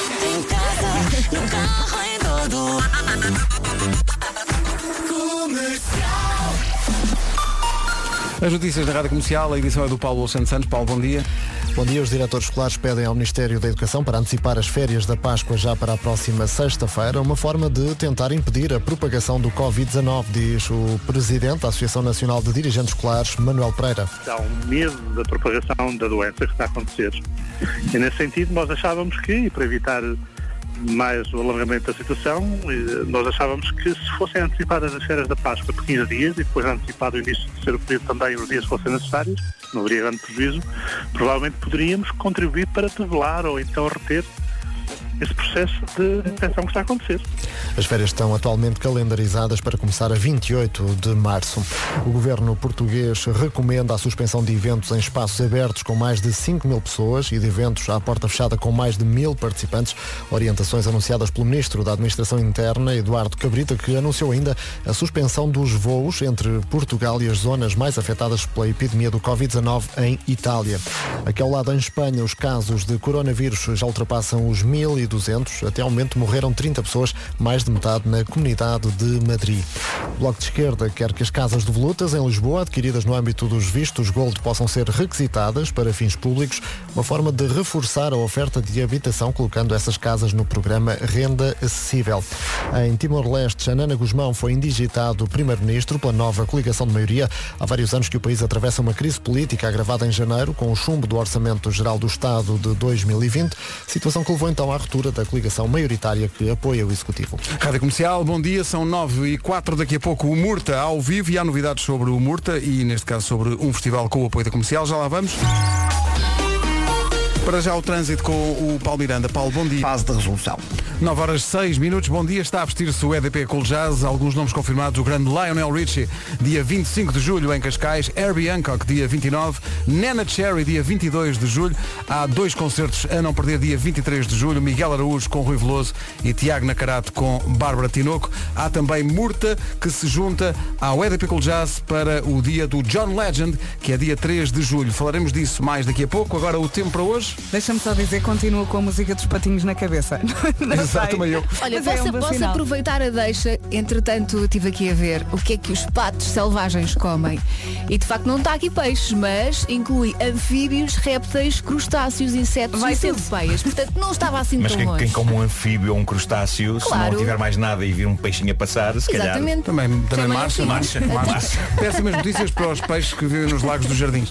[SPEAKER 2] As notícias da Rádio Comercial, a edição é do Paulo Santos Santos. Paulo, bom dia.
[SPEAKER 7] Bom dia, os diretores escolares pedem ao Ministério da Educação para antecipar as férias da Páscoa já para a próxima sexta-feira, uma forma de tentar impedir a propagação do Covid-19, diz o presidente da Associação Nacional de Dirigentes Escolares, Manuel Pereira.
[SPEAKER 14] há um medo da propagação da doença que está a acontecer. E nesse sentido nós achávamos que, e para evitar mais o alargamento da situação, eh, nós achávamos que se fossem antecipadas as férias da Páscoa por 15 dias e depois antecipado o início do terceiro período também os dias que fossem necessários, não haveria grande prejuízo, provavelmente poderíamos contribuir para tutelar ou então reter esse processo de detenção que está a acontecer.
[SPEAKER 7] As férias estão atualmente calendarizadas para começar a 28 de março. O governo português recomenda a suspensão de eventos em espaços abertos com mais de 5 mil pessoas e de eventos à porta fechada com mais de mil participantes. Orientações anunciadas pelo ministro da Administração Interna, Eduardo Cabrita, que anunciou ainda a suspensão dos voos entre Portugal e as zonas mais afetadas pela epidemia do Covid-19 em Itália. Aqui ao lado, em Espanha, os casos de coronavírus já ultrapassam os 1.200. Até ao momento morreram 30 pessoas, mais de metade na comunidade de Madrid. O Bloco de Esquerda quer que as casas de volutas em Lisboa, adquiridas no âmbito dos vistos gold, possam ser requisitadas para fins públicos, uma forma de reforçar a oferta de habitação, colocando essas casas no programa Renda Acessível. Em Timor-Leste, Anana Guzmão foi indigitado primeiro-ministro pela nova coligação de maioria. Há vários anos que o país atravessa uma crise política agravada em janeiro, com o chumbo do Orçamento Geral do Estado de 2020, situação que levou então à ruptura da coligação maioritária que apoia o Executivo.
[SPEAKER 2] Rádio Comercial, bom dia, são 9 e 4 daqui a pouco o Murta ao vivo e há novidades sobre o Murta e neste caso sobre um festival com o apoio da comercial, já lá vamos. Para já o trânsito com o Paulo Miranda. Paulo, bom dia.
[SPEAKER 4] Fase de resolução.
[SPEAKER 2] 9 horas 6 minutos, bom dia. Está a vestir-se o EDP Cool Jazz, alguns nomes confirmados, o grande Lionel Richie, dia 25 de julho em Cascais, Herbie Hancock, dia 29, Nana Cherry, dia 22 de julho. Há dois concertos a não perder, dia 23 de julho, Miguel Araújo com Rui Veloso e Tiago Nacarato com Bárbara Tinoco. Há também Murta, que se junta ao EDP Cool Jazz para o dia do John Legend, que é dia 3 de julho. Falaremos disso mais daqui a pouco. Agora o tempo para hoje.
[SPEAKER 5] Deixa-me só dizer, continuo com a música dos patinhos na cabeça. Não sei.
[SPEAKER 2] Exato, também eu.
[SPEAKER 1] Olha,
[SPEAKER 5] Mas é
[SPEAKER 1] posso,
[SPEAKER 5] um bom
[SPEAKER 1] posso
[SPEAKER 5] sinal.
[SPEAKER 1] aproveitar a deixa. Entretanto, estive aqui a ver o que é que os patos selvagens comem. E de facto não está aqui peixes, mas inclui anfíbios, répteis, crustáceos, insetos
[SPEAKER 5] Vai
[SPEAKER 1] e
[SPEAKER 5] tudo.
[SPEAKER 1] centopeias. Portanto, não estava assim
[SPEAKER 10] Mas
[SPEAKER 1] tão
[SPEAKER 10] quem,
[SPEAKER 1] longe.
[SPEAKER 10] quem come um anfíbio ou um crustáceo, se
[SPEAKER 1] Claro.
[SPEAKER 10] não tiver mais nada e vir um peixinho a passar, se
[SPEAKER 1] Exatamente.
[SPEAKER 10] calhar.
[SPEAKER 2] Também, também,
[SPEAKER 1] Também
[SPEAKER 2] marcha,
[SPEAKER 1] assim.
[SPEAKER 2] marcha,
[SPEAKER 1] Marcha.
[SPEAKER 2] marcha. Péssimas notícias para os peixes que vivem nos lagos dos jardins.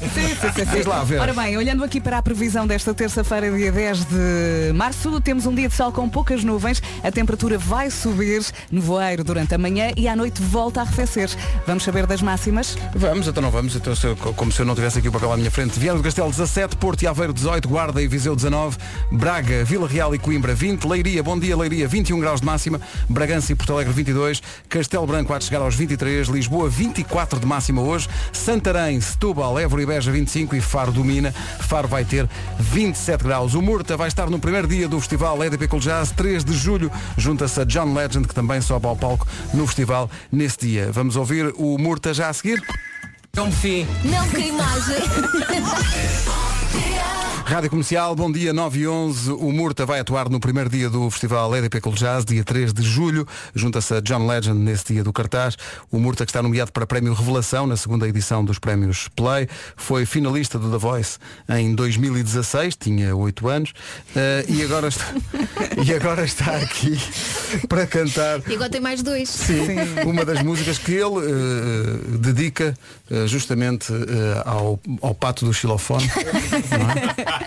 [SPEAKER 2] Diz lá, Vera.
[SPEAKER 5] Ora bem, olhando aqui para a previsão desta terça-feira, dia 10 de março, temos um dia de sol com poucas nuvens, a temperatura vai subir no voeiro durante a manhã e à noite volta a arrefecer. Vamos saber das máximas?
[SPEAKER 2] Vamos, então não vamos, então, se eu- como se eu não tivesse aqui o papel à minha frente. Viana do Castelo 17, Porto e Aveiro 18, Guarda e Viseu 19, Braga, Vila Real e Coimbra 20, Leiria, bom dia Leiria, 21 graus de máxima, Bragança e Porto Alegre 22, Castelo Branco há de chegar aos 23, Lisboa 24 de máxima hoje, Santarém, Setúbal, Évora e Beja 25 e Faro domina, Faro vai ter 27 graus. O Murta vai estar no primeiro dia do Festival EDP Cool Jazz, 3 de julho, junta-se a John Legend, que também sobe ao palco no festival nesse dia. Vamos ouvir o Murta já a seguir?
[SPEAKER 3] Não fim.
[SPEAKER 8] Não queimagem.
[SPEAKER 2] Rádio Comercial, bom dia 9 e 11. O Murta vai atuar no primeiro dia do Festival EDP Cool Jazz, dia 3 de julho. Junta-se a John Legend nesse dia do cartaz. O Murta, que está nomeado para Prémio Revelação na segunda edição dos Prémios Play, foi finalista do The Voice em 2016, tinha 8 anos, eh, e, agora está, e agora está aqui para cantar
[SPEAKER 1] E agora tem mais dois.
[SPEAKER 2] Sim, uma das músicas que ele eh, dedica eh, justamente eh, ao, ao pato do xilofone. não é?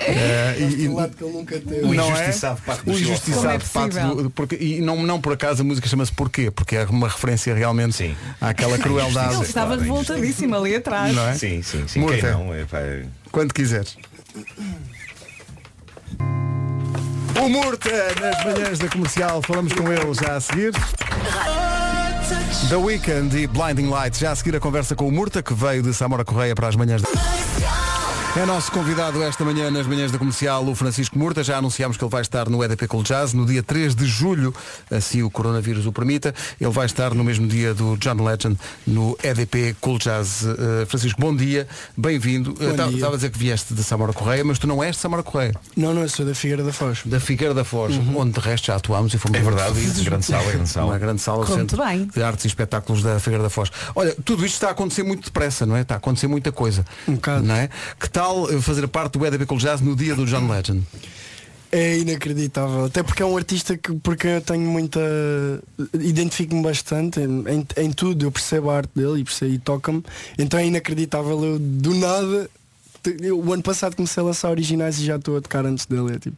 [SPEAKER 2] Eh, e- e-
[SPEAKER 13] lado que ele nunca teve.
[SPEAKER 2] não é?
[SPEAKER 10] pato do
[SPEAKER 2] O
[SPEAKER 10] xilofone.
[SPEAKER 2] injustiçado
[SPEAKER 13] Como é
[SPEAKER 2] pato do, porque, E não, não por acaso a música chama-se Porquê? Porque é uma referência realmente àquela crueldade.
[SPEAKER 5] Ele estava revoltadíssimo ali atrás.
[SPEAKER 2] Não é?
[SPEAKER 10] Sim, sim, sim.
[SPEAKER 2] Murta.
[SPEAKER 10] Quem não? É, pá, é-
[SPEAKER 2] Quando quiseres. O Murta nas manhãs da comercial. Falamos com ele já a seguir. The Weekend e Blinding Lights. Já a seguir a conversa com o Murta, que veio de Samora Correia para as manhãs da. É nosso convidado esta manhã nas manhãs da comercial, o Francisco Murta. Já anunciámos que ele vai estar no EDP Cool Jazz no dia 3 de julho, assim o coronavírus o permita. Ele vai estar no mesmo dia do John Legend no EDP Cool Jazz. Uh, Francisco, bom dia, bem-vindo.
[SPEAKER 13] Bom dia.
[SPEAKER 2] Estava a dizer que vieste de Samora Correia, mas tu não és de Samora Correia.
[SPEAKER 13] Não, não, eu sou da Figueira da Foz.
[SPEAKER 2] Da Figueira da Foz, onde de resto já atuámos e fomos
[SPEAKER 10] É verdade,
[SPEAKER 2] muito felizes.
[SPEAKER 10] isso, grande sala, grande sala.
[SPEAKER 2] Uhum. Uma grande sala, o
[SPEAKER 5] Correu muito
[SPEAKER 2] Centro
[SPEAKER 5] bem.
[SPEAKER 2] de Artes e Espetáculos da Figueira da Foz. Olha, tudo isto está a acontecer muito depressa, não é? Está a acontecer muita coisa. Um bocado. Não é? Que tal eh, fazer parte do EDP Cool Jazz no dia do John Legend?
[SPEAKER 13] É inacreditável. Até porque é um artista que porque eu tenho muita. identifico-me bastante em, em- em tudo, eu percebo a arte dele e percebo e toca-me. Então é inacreditável eu do nada te- eu, o ano passado comecei a lançar originais e já estou a tocar antes dele. É, tipo,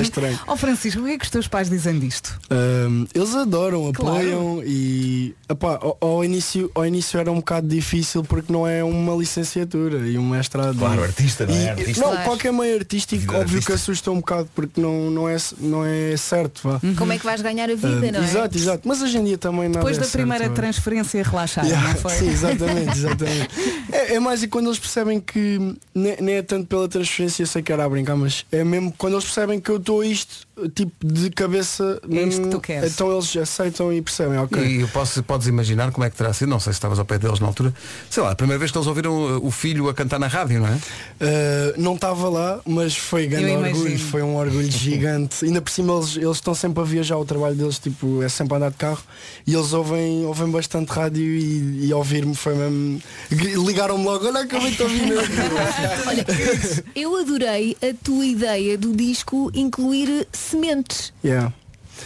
[SPEAKER 13] estranho.
[SPEAKER 5] Ó Francisco, o que é que os teus pais dizem disto?
[SPEAKER 13] Ahm, eles adoram,
[SPEAKER 5] Claro.
[SPEAKER 13] apoiam e epá, ao, ao início, ao início era um bocado difícil porque não é uma licenciatura e um mestrado.
[SPEAKER 10] Claro,
[SPEAKER 13] E-
[SPEAKER 10] artista, não é?
[SPEAKER 13] e-
[SPEAKER 10] Artista.
[SPEAKER 13] Não,
[SPEAKER 10] Claro.
[SPEAKER 13] qualquer meio artístico,
[SPEAKER 10] Vida de
[SPEAKER 13] óbvio que
[SPEAKER 10] artista.
[SPEAKER 13] assusta um bocado porque não, não, é, não é certo. Vá.
[SPEAKER 1] Como é que vais ganhar a vida,
[SPEAKER 13] Ah,
[SPEAKER 1] não é?
[SPEAKER 13] Exato, exato. Mas hoje em dia também nada
[SPEAKER 5] Depois
[SPEAKER 13] é
[SPEAKER 5] da
[SPEAKER 13] certo,
[SPEAKER 5] primeira
[SPEAKER 13] não é?
[SPEAKER 5] transferência relaxaram,
[SPEAKER 13] Yeah,
[SPEAKER 5] não foi?
[SPEAKER 13] Sim, exatamente, exatamente. é, é mais e quando eles percebem que nem, nem é tanto pela transferência, eu sei que era a brincar, mas é mesmo quando eles percebem que eu estou isto, tipo, de cabeça
[SPEAKER 5] É isto
[SPEAKER 13] hum,
[SPEAKER 5] que tu queres.
[SPEAKER 13] Então eles aceitam e percebem, ok.
[SPEAKER 2] E eu posso, podes imaginar como é que terá sido, não sei se estavas ao pé deles na altura, sei lá, a primeira vez que eles ouviram uh, o filho a cantar na rádio, não é?
[SPEAKER 13] Uh, não estava lá, mas foi grande
[SPEAKER 2] Eu
[SPEAKER 13] orgulho,
[SPEAKER 2] imagino.
[SPEAKER 13] foi um orgulho gigante. Ainda por cima eles, eles estão sempre a viajar, o trabalho deles tipo, é sempre a andar de carro e eles ouvem, ouvem bastante rádio e, e ouvir-me foi mesmo. gri- Ligaram-me logo, olha acabei de ouvir.
[SPEAKER 1] Olha, eu adorei a tua ideia do disco incluir sementes.
[SPEAKER 13] yeah.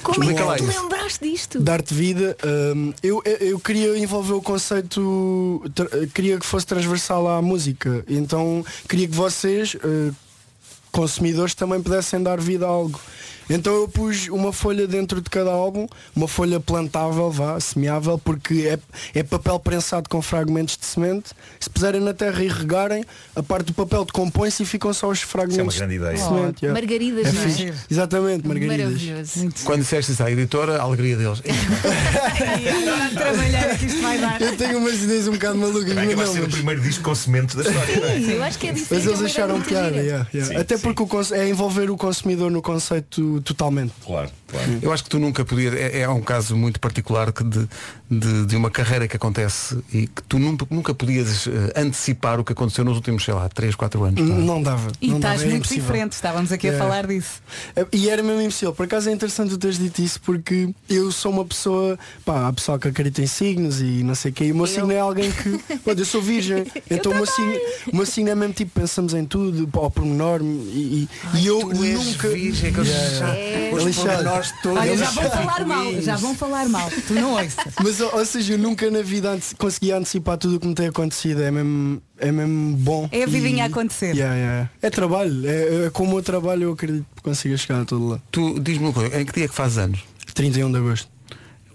[SPEAKER 1] Como é
[SPEAKER 13] Explica lá
[SPEAKER 1] que tu
[SPEAKER 13] isso.
[SPEAKER 1] lembraste disto?
[SPEAKER 13] Dar-te vida. hum, eu, eu, eu queria envolver o conceito, tra- queria que fosse transversal à música. Então queria que vocês, eh, consumidores, também pudessem dar vida a algo. Então eu pus uma folha dentro de cada álbum, uma folha plantável, vá, semeável, porque é, é papel prensado com fragmentos de semente. Se puserem na terra e regarem, a parte do papel decompõe-se e ficam só os fragmentos
[SPEAKER 10] é grande ideia.
[SPEAKER 13] de semente.
[SPEAKER 1] Oh, margaridas, não é?
[SPEAKER 13] fixe. um Exatamente, margaridas.
[SPEAKER 1] Maravilhoso.
[SPEAKER 2] Quando disseste isso à editora, a alegria deles.
[SPEAKER 5] trabalhar é que isto vai dar.
[SPEAKER 13] Eu tenho umas ideias um bocado malucas,
[SPEAKER 10] Vai
[SPEAKER 13] mas
[SPEAKER 10] acabar
[SPEAKER 13] não.
[SPEAKER 10] de ser o primeiro disco com semente da história. não é?
[SPEAKER 1] Sim, eu acho que é difícil.
[SPEAKER 13] Mas eles
[SPEAKER 1] é uma ideia
[SPEAKER 13] acharam
[SPEAKER 1] muito
[SPEAKER 13] piada,
[SPEAKER 1] gira.
[SPEAKER 13] yeah, yeah.
[SPEAKER 2] Sim,
[SPEAKER 13] até porque o cons- é envolver o consumidor no conceito totalmente.
[SPEAKER 10] Claro,
[SPEAKER 2] claro. Eu acho que tu nunca podias. É, é um caso muito particular que de, de, de uma carreira que acontece e que tu nunca, nunca podias eh, antecipar o que aconteceu nos últimos, sei lá, 3, 4 anos.
[SPEAKER 13] N- Não dava.
[SPEAKER 5] E
[SPEAKER 13] não
[SPEAKER 5] estás
[SPEAKER 13] dava, é
[SPEAKER 5] muito
[SPEAKER 13] impossível.
[SPEAKER 5] diferente, estávamos aqui a
[SPEAKER 13] Yeah.
[SPEAKER 5] falar disso.
[SPEAKER 13] E era mesmo impossível. Por acaso é interessante tu teres dito isso porque eu sou uma pessoa. Pá, há pessoal que acredita em signos e não sei o quê. E o meu signo é alguém que. Pronto, eu sou virgem. então o meu signo, o meu signo é mesmo tipo pensamos em tudo, pá, ao pormenor. E, e, e eu
[SPEAKER 2] tu és
[SPEAKER 13] nunca.
[SPEAKER 2] virgem, que eu já- os
[SPEAKER 13] É lixado.
[SPEAKER 2] pormenores todos.
[SPEAKER 5] Olha, já
[SPEAKER 13] É
[SPEAKER 5] vão
[SPEAKER 13] lixado.
[SPEAKER 5] falar mal, já vão falar mal. Tu não ouças.
[SPEAKER 13] Mas, ou, ou seja, eu nunca na vida ante- consegui antecipar tudo o que me tem acontecido. É mesmo, é mesmo bom.
[SPEAKER 5] É a vidinha
[SPEAKER 13] E-
[SPEAKER 5] a acontecer.
[SPEAKER 13] Yeah, yeah. É trabalho. É, é com o meu trabalho eu acredito que consiga chegar a todo lado.
[SPEAKER 2] Tu diz-me uma coisa, em que dia é que fazes anos?
[SPEAKER 13] 31 de agosto.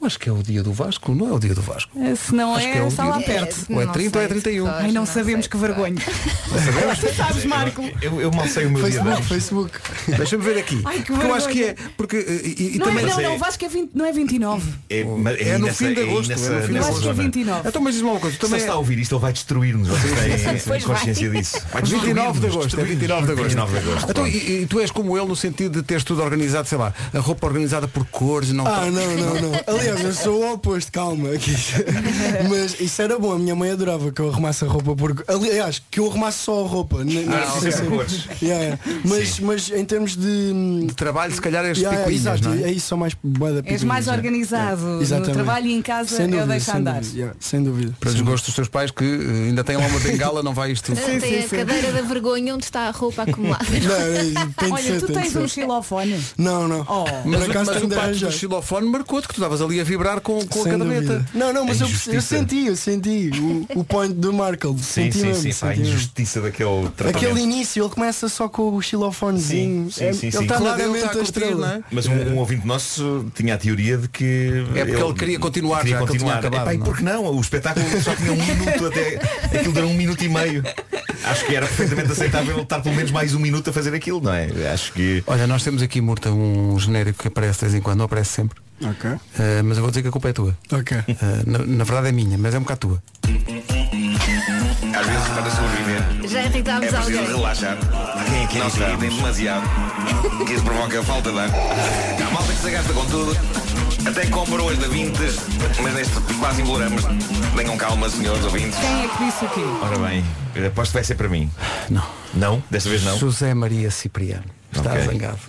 [SPEAKER 2] Eu acho que é o dia do Vasco, não é o dia do Vasco.
[SPEAKER 5] Eh, Se não
[SPEAKER 2] Acho
[SPEAKER 5] é,
[SPEAKER 2] que é o
[SPEAKER 5] está lá
[SPEAKER 2] dia-
[SPEAKER 5] perto.
[SPEAKER 2] É, ou é 30 ou é 31.
[SPEAKER 5] Ai, não, sabemos que vergonha. tu sabes, Marco.
[SPEAKER 10] Eu, eu mal sei o meu dia de
[SPEAKER 13] Facebook,
[SPEAKER 10] hoje.
[SPEAKER 13] Facebook.
[SPEAKER 2] Deixa-me ver aqui.
[SPEAKER 5] Ai, que
[SPEAKER 2] porque eu acho que é.
[SPEAKER 5] vergonha.
[SPEAKER 2] Porque, eh, e, e
[SPEAKER 5] não,
[SPEAKER 2] também
[SPEAKER 5] é, não, não, o Vasco é 20, não é 29.
[SPEAKER 10] É,
[SPEAKER 13] Hum.
[SPEAKER 10] mas
[SPEAKER 2] É no
[SPEAKER 10] nessa-
[SPEAKER 2] fim de
[SPEAKER 10] é aí
[SPEAKER 2] agosto,
[SPEAKER 10] nessa-
[SPEAKER 2] é no fim de
[SPEAKER 10] nessa
[SPEAKER 5] agosto.
[SPEAKER 10] zona.
[SPEAKER 5] Acho que é 29.
[SPEAKER 2] Então, mas diz-me uma coisa, tu
[SPEAKER 10] Se ele
[SPEAKER 2] também
[SPEAKER 10] está a
[SPEAKER 2] é...
[SPEAKER 10] ouvir isto, ele vai destruir-nos. Vocês têm
[SPEAKER 2] Pois vai.
[SPEAKER 10] consciência disso. Vai
[SPEAKER 2] 29 de
[SPEAKER 10] destruir-nos,
[SPEAKER 2] agosto, é 29 de agosto.
[SPEAKER 10] 29 de agosto,
[SPEAKER 2] Então,
[SPEAKER 10] pronto.
[SPEAKER 2] e, e tu és como ele no sentido de teres tudo organizado, sei lá, a roupa organizada por cores, não
[SPEAKER 13] Ah, não, não, não. Aliás, eu sou o oposto, calma. aqui. Mas isso era bom, a minha mãe adorava que eu arrumasse a roupa por. Aliás, que eu arrumasse só a roupa. né, n- não
[SPEAKER 10] Ah,
[SPEAKER 13] precisa
[SPEAKER 10] ok.
[SPEAKER 13] ser-
[SPEAKER 10] Cores.
[SPEAKER 13] Yeah, yeah. Mas, mas em termos de.
[SPEAKER 2] De trabalho, se calhar és
[SPEAKER 13] yeah,
[SPEAKER 2] picuinhas,
[SPEAKER 13] exato,
[SPEAKER 2] não é?
[SPEAKER 13] isso, sou mais bué da
[SPEAKER 5] És mais
[SPEAKER 13] picuinhas, yeah.
[SPEAKER 5] organizado no
[SPEAKER 13] Exatamente.
[SPEAKER 5] trabalho e em casa
[SPEAKER 13] Sem
[SPEAKER 5] eu
[SPEAKER 13] dúvida,
[SPEAKER 5] deixo
[SPEAKER 13] sem
[SPEAKER 5] andar.
[SPEAKER 13] dúvida, yeah, Sem dúvida.
[SPEAKER 2] Para desgosto dos teus pais que eh, ainda têm lá uma bengala, não vai isto.
[SPEAKER 1] Ah, Tem a cadeira da vergonha onde está a roupa acumulada.
[SPEAKER 13] Não, não, tem de
[SPEAKER 5] Olha,
[SPEAKER 13] ser,
[SPEAKER 5] tu
[SPEAKER 13] tem de
[SPEAKER 5] tens
[SPEAKER 13] ser.
[SPEAKER 5] um xilofone.
[SPEAKER 13] Não, não.
[SPEAKER 5] Oh,
[SPEAKER 2] Mas,
[SPEAKER 13] Por
[SPEAKER 2] o-
[SPEAKER 13] acaso
[SPEAKER 2] mas o
[SPEAKER 13] ainda
[SPEAKER 2] parte
[SPEAKER 13] arranjei.
[SPEAKER 2] do xilofone marcou-te que tu estavas ali a vibrar com, com a
[SPEAKER 13] Sem
[SPEAKER 2] caderneta.
[SPEAKER 13] dúvida. Não, não, mas
[SPEAKER 10] A
[SPEAKER 13] eu, perce- eu
[SPEAKER 10] É injustiça.
[SPEAKER 13] senti, eu senti o, o point do Markle.
[SPEAKER 10] Sim,
[SPEAKER 13] senti
[SPEAKER 10] sim,
[SPEAKER 13] mesmo,
[SPEAKER 10] sim. pá, A
[SPEAKER 13] senti mesmo.
[SPEAKER 10] injustiça daquele tratamento.
[SPEAKER 13] Aquele início, ele começa só com o xilofonezinho.
[SPEAKER 10] Sim,
[SPEAKER 13] É-
[SPEAKER 10] sim, sim,
[SPEAKER 13] Ele
[SPEAKER 10] sim.
[SPEAKER 13] está
[SPEAKER 10] Claro,
[SPEAKER 2] ele
[SPEAKER 13] claramente
[SPEAKER 2] está a
[SPEAKER 13] a
[SPEAKER 2] curtir, não é?
[SPEAKER 13] estrela.
[SPEAKER 10] Mas um, um ouvinte nosso tinha a teoria de que
[SPEAKER 2] É porque ele queria continuar,
[SPEAKER 10] queria
[SPEAKER 2] já que ele tinha
[SPEAKER 10] continuar.
[SPEAKER 2] acabado,
[SPEAKER 10] Epá, e
[SPEAKER 2] não é?
[SPEAKER 10] porque não? O espetáculo só tinha um minuto até. Aquilo durou um minuto e meio. Acho que era perfeitamente aceitável ele estar pelo menos mais um minuto a fazer aquilo, não é? Acho que.
[SPEAKER 2] Olha, nós temos aqui, Murta, um genérico que aparece de vez em quando, não aparece sempre.
[SPEAKER 13] Ok.
[SPEAKER 2] Eh, mas eu vou dizer que a culpa é tua.
[SPEAKER 13] Ok.
[SPEAKER 2] Eh, na, na verdade é minha, mas é um bocado tua.
[SPEAKER 3] Às vezes para sobreviver.
[SPEAKER 1] Já irritámos
[SPEAKER 3] É preciso
[SPEAKER 1] alguém.
[SPEAKER 3] relaxar. Quem é que não se irritem demasiado. Isso provoca falta de ar. Há malta que se gasta com tudo. Até compram hoje da Vintes, mas neste quase embolamos. Tenham calma, senhores ouvintes.
[SPEAKER 5] Quem é que disse o quê?
[SPEAKER 10] Ora bem, aposto que vai ser para mim.
[SPEAKER 2] Não.
[SPEAKER 10] Não? Desta vez não?
[SPEAKER 2] José Maria Cipriano. Está
[SPEAKER 10] Ok.
[SPEAKER 2] zangado.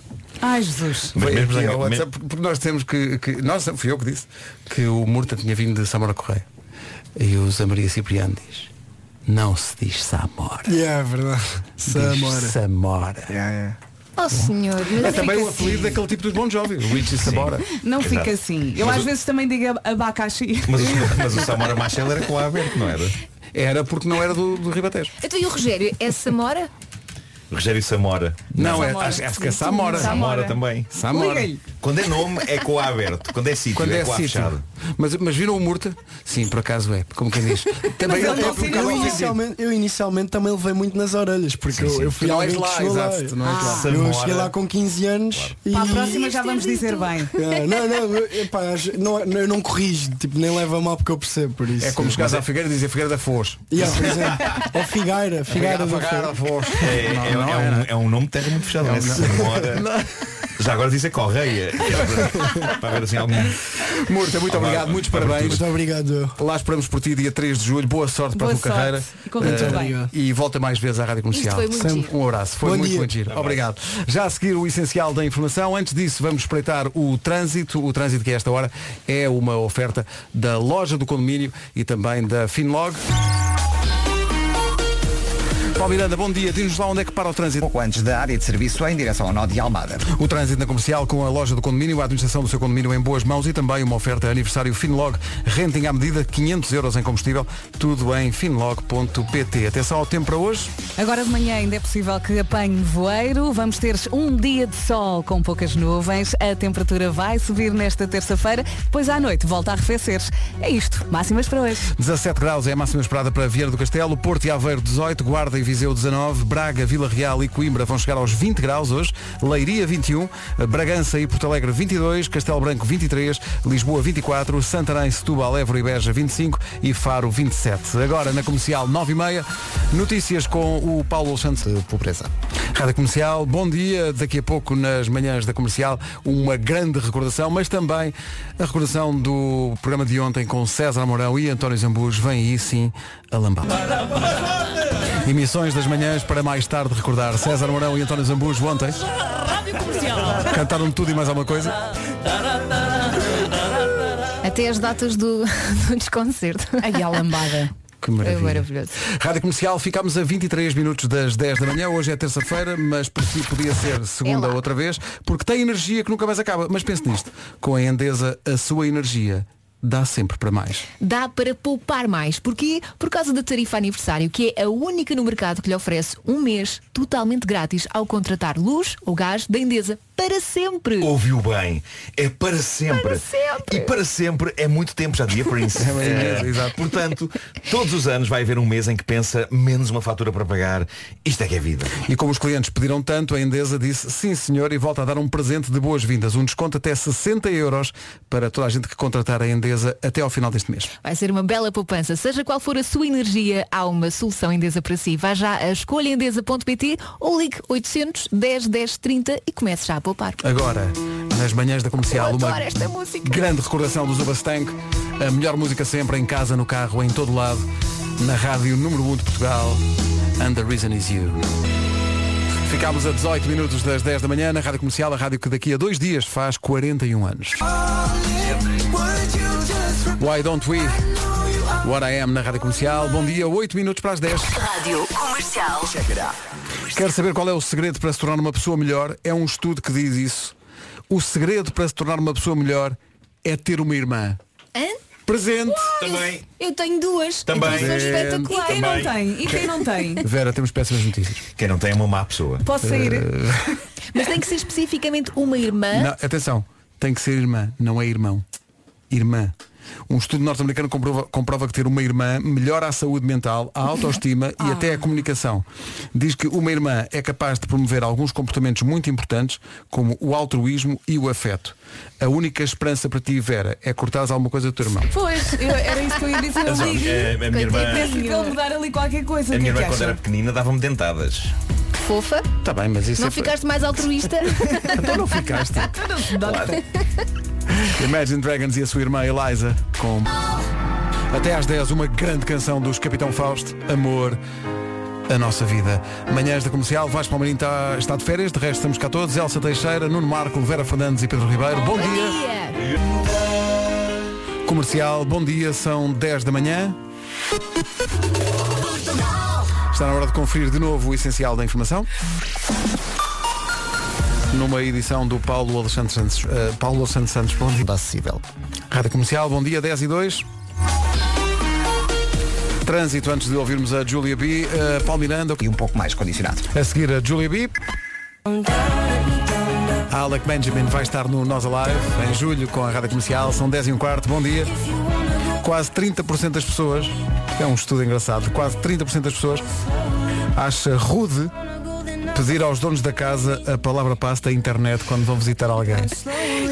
[SPEAKER 5] Ai Jesus.
[SPEAKER 10] Mas
[SPEAKER 2] Veio
[SPEAKER 10] mesmo
[SPEAKER 2] aqui
[SPEAKER 10] zanga-
[SPEAKER 2] ao WhatsApp, porque nós temos que, que. Nós, fui eu que disse que o Murta tinha vindo de Samora Correia. E o Zé Maria Cipriano diz, não se diz Samora.
[SPEAKER 13] Yeah, é verdade. Samora. É.
[SPEAKER 2] Diz Samora.
[SPEAKER 1] Oh senhor, mas
[SPEAKER 2] É
[SPEAKER 1] eu
[SPEAKER 2] também
[SPEAKER 1] fico
[SPEAKER 2] o
[SPEAKER 1] assim.
[SPEAKER 2] apelido daquele tipo dos Bon Jovi, o Richie Samora.
[SPEAKER 5] Não
[SPEAKER 10] Exato.
[SPEAKER 5] fica assim. Eu
[SPEAKER 10] Mas
[SPEAKER 5] às
[SPEAKER 10] o-
[SPEAKER 5] vezes também digo ab- abacaxi.
[SPEAKER 10] Mas o, mas o Samora Machel era com a aberto, não era?
[SPEAKER 2] Era porque não era do, do Ribatejo.
[SPEAKER 1] Então e o Rogério? É Samora?
[SPEAKER 10] Rogério Samora.
[SPEAKER 2] Não, é-
[SPEAKER 10] Samora.
[SPEAKER 2] acho- acho que é Samora.
[SPEAKER 10] Samora também.
[SPEAKER 2] Samora.
[SPEAKER 10] Quando é nome é com A aberto. Quando é sítio
[SPEAKER 2] Quando
[SPEAKER 10] é,
[SPEAKER 2] é
[SPEAKER 10] com A
[SPEAKER 2] sítio.
[SPEAKER 10] fechado.
[SPEAKER 2] Mas, mas viram o Murta? Sim, por acaso é. Como quem diz. Também
[SPEAKER 13] eu,
[SPEAKER 2] ele é por
[SPEAKER 13] eu
[SPEAKER 2] causa ofensivo.
[SPEAKER 13] inicialmente, eu inicialmente também levei muito nas orelhas, porque
[SPEAKER 2] Sim,
[SPEAKER 13] eu,
[SPEAKER 2] sim.
[SPEAKER 13] eu fui
[SPEAKER 2] Não
[SPEAKER 13] alguém
[SPEAKER 2] és
[SPEAKER 13] que
[SPEAKER 2] lá,
[SPEAKER 13] chegou lá.
[SPEAKER 2] exato, não és
[SPEAKER 10] Ah.
[SPEAKER 2] lá.
[SPEAKER 13] Eu
[SPEAKER 2] Samora.
[SPEAKER 13] cheguei lá com 15 anos e...
[SPEAKER 5] Para a próxima já vamos dizer bem.
[SPEAKER 13] É, não, não, eu, epá, acho- não, eu não corrijo, tipo, nem leva a mal porque eu percebo por isso.
[SPEAKER 2] É como chegares
[SPEAKER 13] Mas
[SPEAKER 2] à Figueira e dizer Figueira da Foz.
[SPEAKER 13] Yeah, por exemplo. Ou Figueira, Figueira do
[SPEAKER 2] Figueira da Foz.
[SPEAKER 10] É, é- é um, é um nome de terra muito fechado.
[SPEAKER 2] É um
[SPEAKER 10] É
[SPEAKER 2] nome-
[SPEAKER 10] Samora. Já agora dizem Correia. Para haver assim algum.
[SPEAKER 2] Murta, muito
[SPEAKER 10] Olá,
[SPEAKER 2] obrigado, muitos
[SPEAKER 10] abertura.
[SPEAKER 2] parabéns.
[SPEAKER 13] Muito obrigado.
[SPEAKER 2] Lá esperamos por ti dia 3 de julho. Boa sorte para
[SPEAKER 13] Boa
[SPEAKER 2] a tua
[SPEAKER 13] sorte.
[SPEAKER 2] carreira.
[SPEAKER 13] E corre tudo bem.
[SPEAKER 2] Eh, E volta mais vezes à Rádio
[SPEAKER 13] Isto
[SPEAKER 2] Comercial.
[SPEAKER 13] foi muito
[SPEAKER 2] Sempre.
[SPEAKER 13] giro.
[SPEAKER 2] Um abraço. Foi
[SPEAKER 13] Bom
[SPEAKER 2] muito,
[SPEAKER 13] dia.
[SPEAKER 2] muito giro.
[SPEAKER 13] Tá bem.
[SPEAKER 2] Obrigado. Já a seguir o essencial da informação. Antes disso, vamos espreitar o trânsito. O trânsito que a esta hora é uma oferta da loja do condomínio e também da Finlog. Paulo Miranda, bom dia. Diz-nos lá onde é que para o trânsito.
[SPEAKER 4] Pouco antes da área de serviço em direção ao nó de Almada.
[SPEAKER 2] O trânsito na comercial com a loja do condomínio, a administração do seu condomínio em boas mãos e também uma oferta aniversário Finlog. Renting à medida, 500 euros em combustível, tudo em finlog.pt. Atenção ao tempo para hoje.
[SPEAKER 5] Agora de manhã ainda é possível que apanhe nevoeiro. Vamos ter um dia de sol com poucas nuvens. A temperatura vai subir nesta terça-feira. Depois à noite volta a arrefecer. É isto. Máximas para hoje.
[SPEAKER 2] 17 graus é a máxima esperada para Vieira do Castelo, Porto e Aveiro 18, Guarda e Viseu 19, Braga, Vila Real e Coimbra vão chegar aos 20 graus hoje, Leiria 21, Bragança e Porto Alegre 22, Castelo Branco 23, Lisboa 24, Santarém, Setúbal, Évora e Beja 25 e Faro 27. Agora na comercial 9 e meia, notícias com o Paulo Alexandre
[SPEAKER 7] de Pobreza.
[SPEAKER 2] Rádio Comercial, bom dia. Daqui a pouco nas manhãs da Comercial uma grande recordação, mas também a recordação do programa de ontem com César Mourão e António Zambus. Vem aí sim a lambada. Emissões das manhãs para mais tarde recordar. César Mourão e António Zambujo ontem
[SPEAKER 3] Rádio Comercial.
[SPEAKER 2] cantaram tudo e mais alguma coisa.
[SPEAKER 1] Até as datas do, do desconcerto. Aí a lambada.
[SPEAKER 2] Que
[SPEAKER 1] É
[SPEAKER 2] maravilha.
[SPEAKER 1] maravilhoso.
[SPEAKER 2] Rádio Comercial, ficámos a 23 minutos das 10 da manhã. Hoje é terça-feira, mas por si podia ser segunda
[SPEAKER 1] É
[SPEAKER 2] outra vez, porque tem energia que nunca mais acaba. Mas pense nisto, com a Endesa, a sua energia dá sempre para mais.
[SPEAKER 1] Dá para poupar mais. Porquê? Por causa da tarifa aniversário, que é a única no mercado que lhe oferece um mês totalmente grátis ao contratar luz ou gás da Endesa. Para sempre.
[SPEAKER 10] Ouviu bem. É para sempre.
[SPEAKER 1] Para sempre.
[SPEAKER 10] E para sempre é muito tempo, já dizia Prince.
[SPEAKER 2] É mesmo,
[SPEAKER 10] Eh, Portanto, todos os anos vai haver um mês em que pensa menos uma fatura para pagar. Isto é que é vida.
[SPEAKER 2] E como os clientes pediram tanto, a Endesa disse sim senhor e volta a dar um presente de boas-vindas. Um desconto até 60 euros para toda a gente que contratar a Endesa até ao final deste mês.
[SPEAKER 1] Vai ser uma bela poupança. Seja qual for a sua energia, há uma solução Endesa para si. Vá já a escolhaendesa.pt ou ligue 800 10 10 30 e comece já a poupar.
[SPEAKER 2] Agora, nas manhãs da comercial,
[SPEAKER 1] Eu
[SPEAKER 2] uma
[SPEAKER 1] adoro esta música.
[SPEAKER 2] grande recordação do Zuba Stank, a melhor música sempre, em casa, no carro, em todo lado, na rádio número 1 de Portugal, And the Reason Is You. Ficámos a 18 minutos das 10 da manhã na Rádio Comercial, a rádio que daqui a dois dias faz 41 anos. Why Don't We? What I Am na Rádio Comercial. Bom dia, 8 minutos para as 10.
[SPEAKER 9] Rádio Comercial.
[SPEAKER 2] Quer saber qual é o segredo para se tornar uma pessoa melhor? É um estudo que diz isso. O segredo para se tornar uma pessoa melhor é ter uma irmã.
[SPEAKER 1] Hã?
[SPEAKER 2] Presente.
[SPEAKER 10] Ah, Também.
[SPEAKER 1] Eu tenho duas.
[SPEAKER 10] Também.
[SPEAKER 1] Então são espetaculares.
[SPEAKER 10] E quem não Também.
[SPEAKER 5] tem? E quem não tem?
[SPEAKER 2] Vera, temos péssimas notícias.
[SPEAKER 10] Quem não tem é uma má pessoa.
[SPEAKER 5] Posso sair?
[SPEAKER 2] Eh.
[SPEAKER 1] Mas tem que ser especificamente uma irmã.
[SPEAKER 2] Não, atenção, tem que ser irmã, não é irmão. Irmã. Um estudo norte-americano comprova, comprova que ter uma irmã melhora a saúde mental, a autoestima e até a comunicação. Diz que uma irmã é capaz de promover alguns comportamentos muito importantes, como o altruísmo e o afeto. A única esperança para ti, Vera, é cortares alguma coisa do teu irmão.
[SPEAKER 5] Pois, eu- era isso que eu ia dizer. Eu
[SPEAKER 2] Então,
[SPEAKER 10] Mas, ó,
[SPEAKER 5] ligo.
[SPEAKER 10] é, a minha irmã-
[SPEAKER 5] Peço para ele mudar ali qualquer coisa.
[SPEAKER 10] A
[SPEAKER 5] O que
[SPEAKER 10] minha
[SPEAKER 5] é que
[SPEAKER 10] irmã, quando era
[SPEAKER 5] acha?
[SPEAKER 10] pequenina, dava-me dentadas.
[SPEAKER 1] Fofa.
[SPEAKER 2] Está bem, mas isso
[SPEAKER 1] não
[SPEAKER 2] é...
[SPEAKER 1] ficaste mais altruísta?
[SPEAKER 2] Então não ficaste. Imagine Dragons e a sua irmã Eliza com Até às 10 uma grande canção dos Capitão Fausto Amor a nossa vida. Manhãs da Comercial, Vasco Palmeirinho está, está de férias, de resto estamos cá todos. Elsa Teixeira, Nuno Marco, Vera Fernandes e Pedro Ribeiro. Bom, dia. Comercial, bom dia, são 10 da manhã. Está na hora de conferir de novo o essencial da informação. Numa edição do Paulo Alexandre Santos. eh, Paulo Alexandre Santos, bom dia.
[SPEAKER 7] Acessível.
[SPEAKER 2] Rádio Comercial, bom dia, 10 e 2. trânsito antes de ouvirmos a Julia B. Uh, Paulo Miranda.
[SPEAKER 4] E um pouco mais condicionado.
[SPEAKER 2] A seguir a Julia B. A Alec Benjamin vai estar no Nós Alive em julho com a Rádio Comercial. São 10 e um quarto. Bom dia. Quase 30% das pessoas, é um estudo engraçado, quase 30% das pessoas acha rude pedir aos donos da casa a palavra passe da internet quando vão visitar alguém.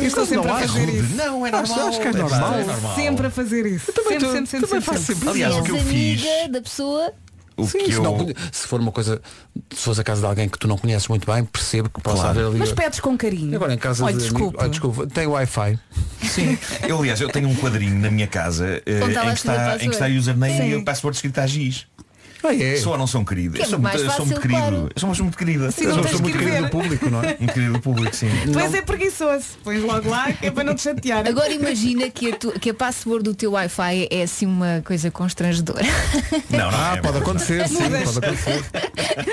[SPEAKER 5] Estou sempre
[SPEAKER 2] não
[SPEAKER 5] a
[SPEAKER 2] há
[SPEAKER 5] fazer
[SPEAKER 2] rude.
[SPEAKER 5] isso.
[SPEAKER 2] Não, é normal. Acho que é normal.
[SPEAKER 5] Estou Sempre a fazer isso.
[SPEAKER 2] também
[SPEAKER 5] sempre,
[SPEAKER 2] tô-
[SPEAKER 5] sempre, sempre,
[SPEAKER 2] também faço sempre. Aliás, o que eu
[SPEAKER 1] És
[SPEAKER 2] fiz-
[SPEAKER 1] amiga da pessoa.
[SPEAKER 2] O Sim,
[SPEAKER 1] que
[SPEAKER 2] se,
[SPEAKER 1] eu-
[SPEAKER 2] não conhe- se for uma coisa, se fores a casa de alguém que tu não conheces muito bem, percebo que possa haver ali.
[SPEAKER 5] Mas pedes com carinho.
[SPEAKER 2] Agora em casa
[SPEAKER 5] Olha,
[SPEAKER 2] de amigo-
[SPEAKER 5] desculpa.
[SPEAKER 2] Ah, desculpa, tem Wi-Fi. Sim.
[SPEAKER 10] Eu, aliás, eu tenho um quadrinho na minha casa eh,
[SPEAKER 2] Onde
[SPEAKER 10] em,
[SPEAKER 2] está lá
[SPEAKER 10] que
[SPEAKER 2] escrito a
[SPEAKER 10] está,
[SPEAKER 2] password.
[SPEAKER 10] em que está a username
[SPEAKER 2] Sim.
[SPEAKER 10] e o password escrito a giz.
[SPEAKER 2] Ah, é?
[SPEAKER 10] Sou ou não sou um querido?
[SPEAKER 2] Que é
[SPEAKER 10] eu sou,
[SPEAKER 2] muito
[SPEAKER 10] muito-
[SPEAKER 2] mais
[SPEAKER 10] eu sou muito
[SPEAKER 2] fácil,
[SPEAKER 10] querido.
[SPEAKER 2] claro.
[SPEAKER 10] Eu sou, mas muito querida.
[SPEAKER 2] Sim, não
[SPEAKER 10] eu
[SPEAKER 2] tens
[SPEAKER 10] sou
[SPEAKER 2] que
[SPEAKER 10] muito querido do
[SPEAKER 2] escrever.
[SPEAKER 10] público, não é? Um querido do público, sim.
[SPEAKER 5] Pois é preguiçoso. Pois logo lá, que é para não te chatear.
[SPEAKER 1] Agora imagina que a, tu, que a password do teu Wi-Fi é assim uma coisa constrangedora.
[SPEAKER 10] Não, é
[SPEAKER 2] ah, pode acontecer, sim,
[SPEAKER 1] Mudas.
[SPEAKER 2] pode acontecer.
[SPEAKER 1] e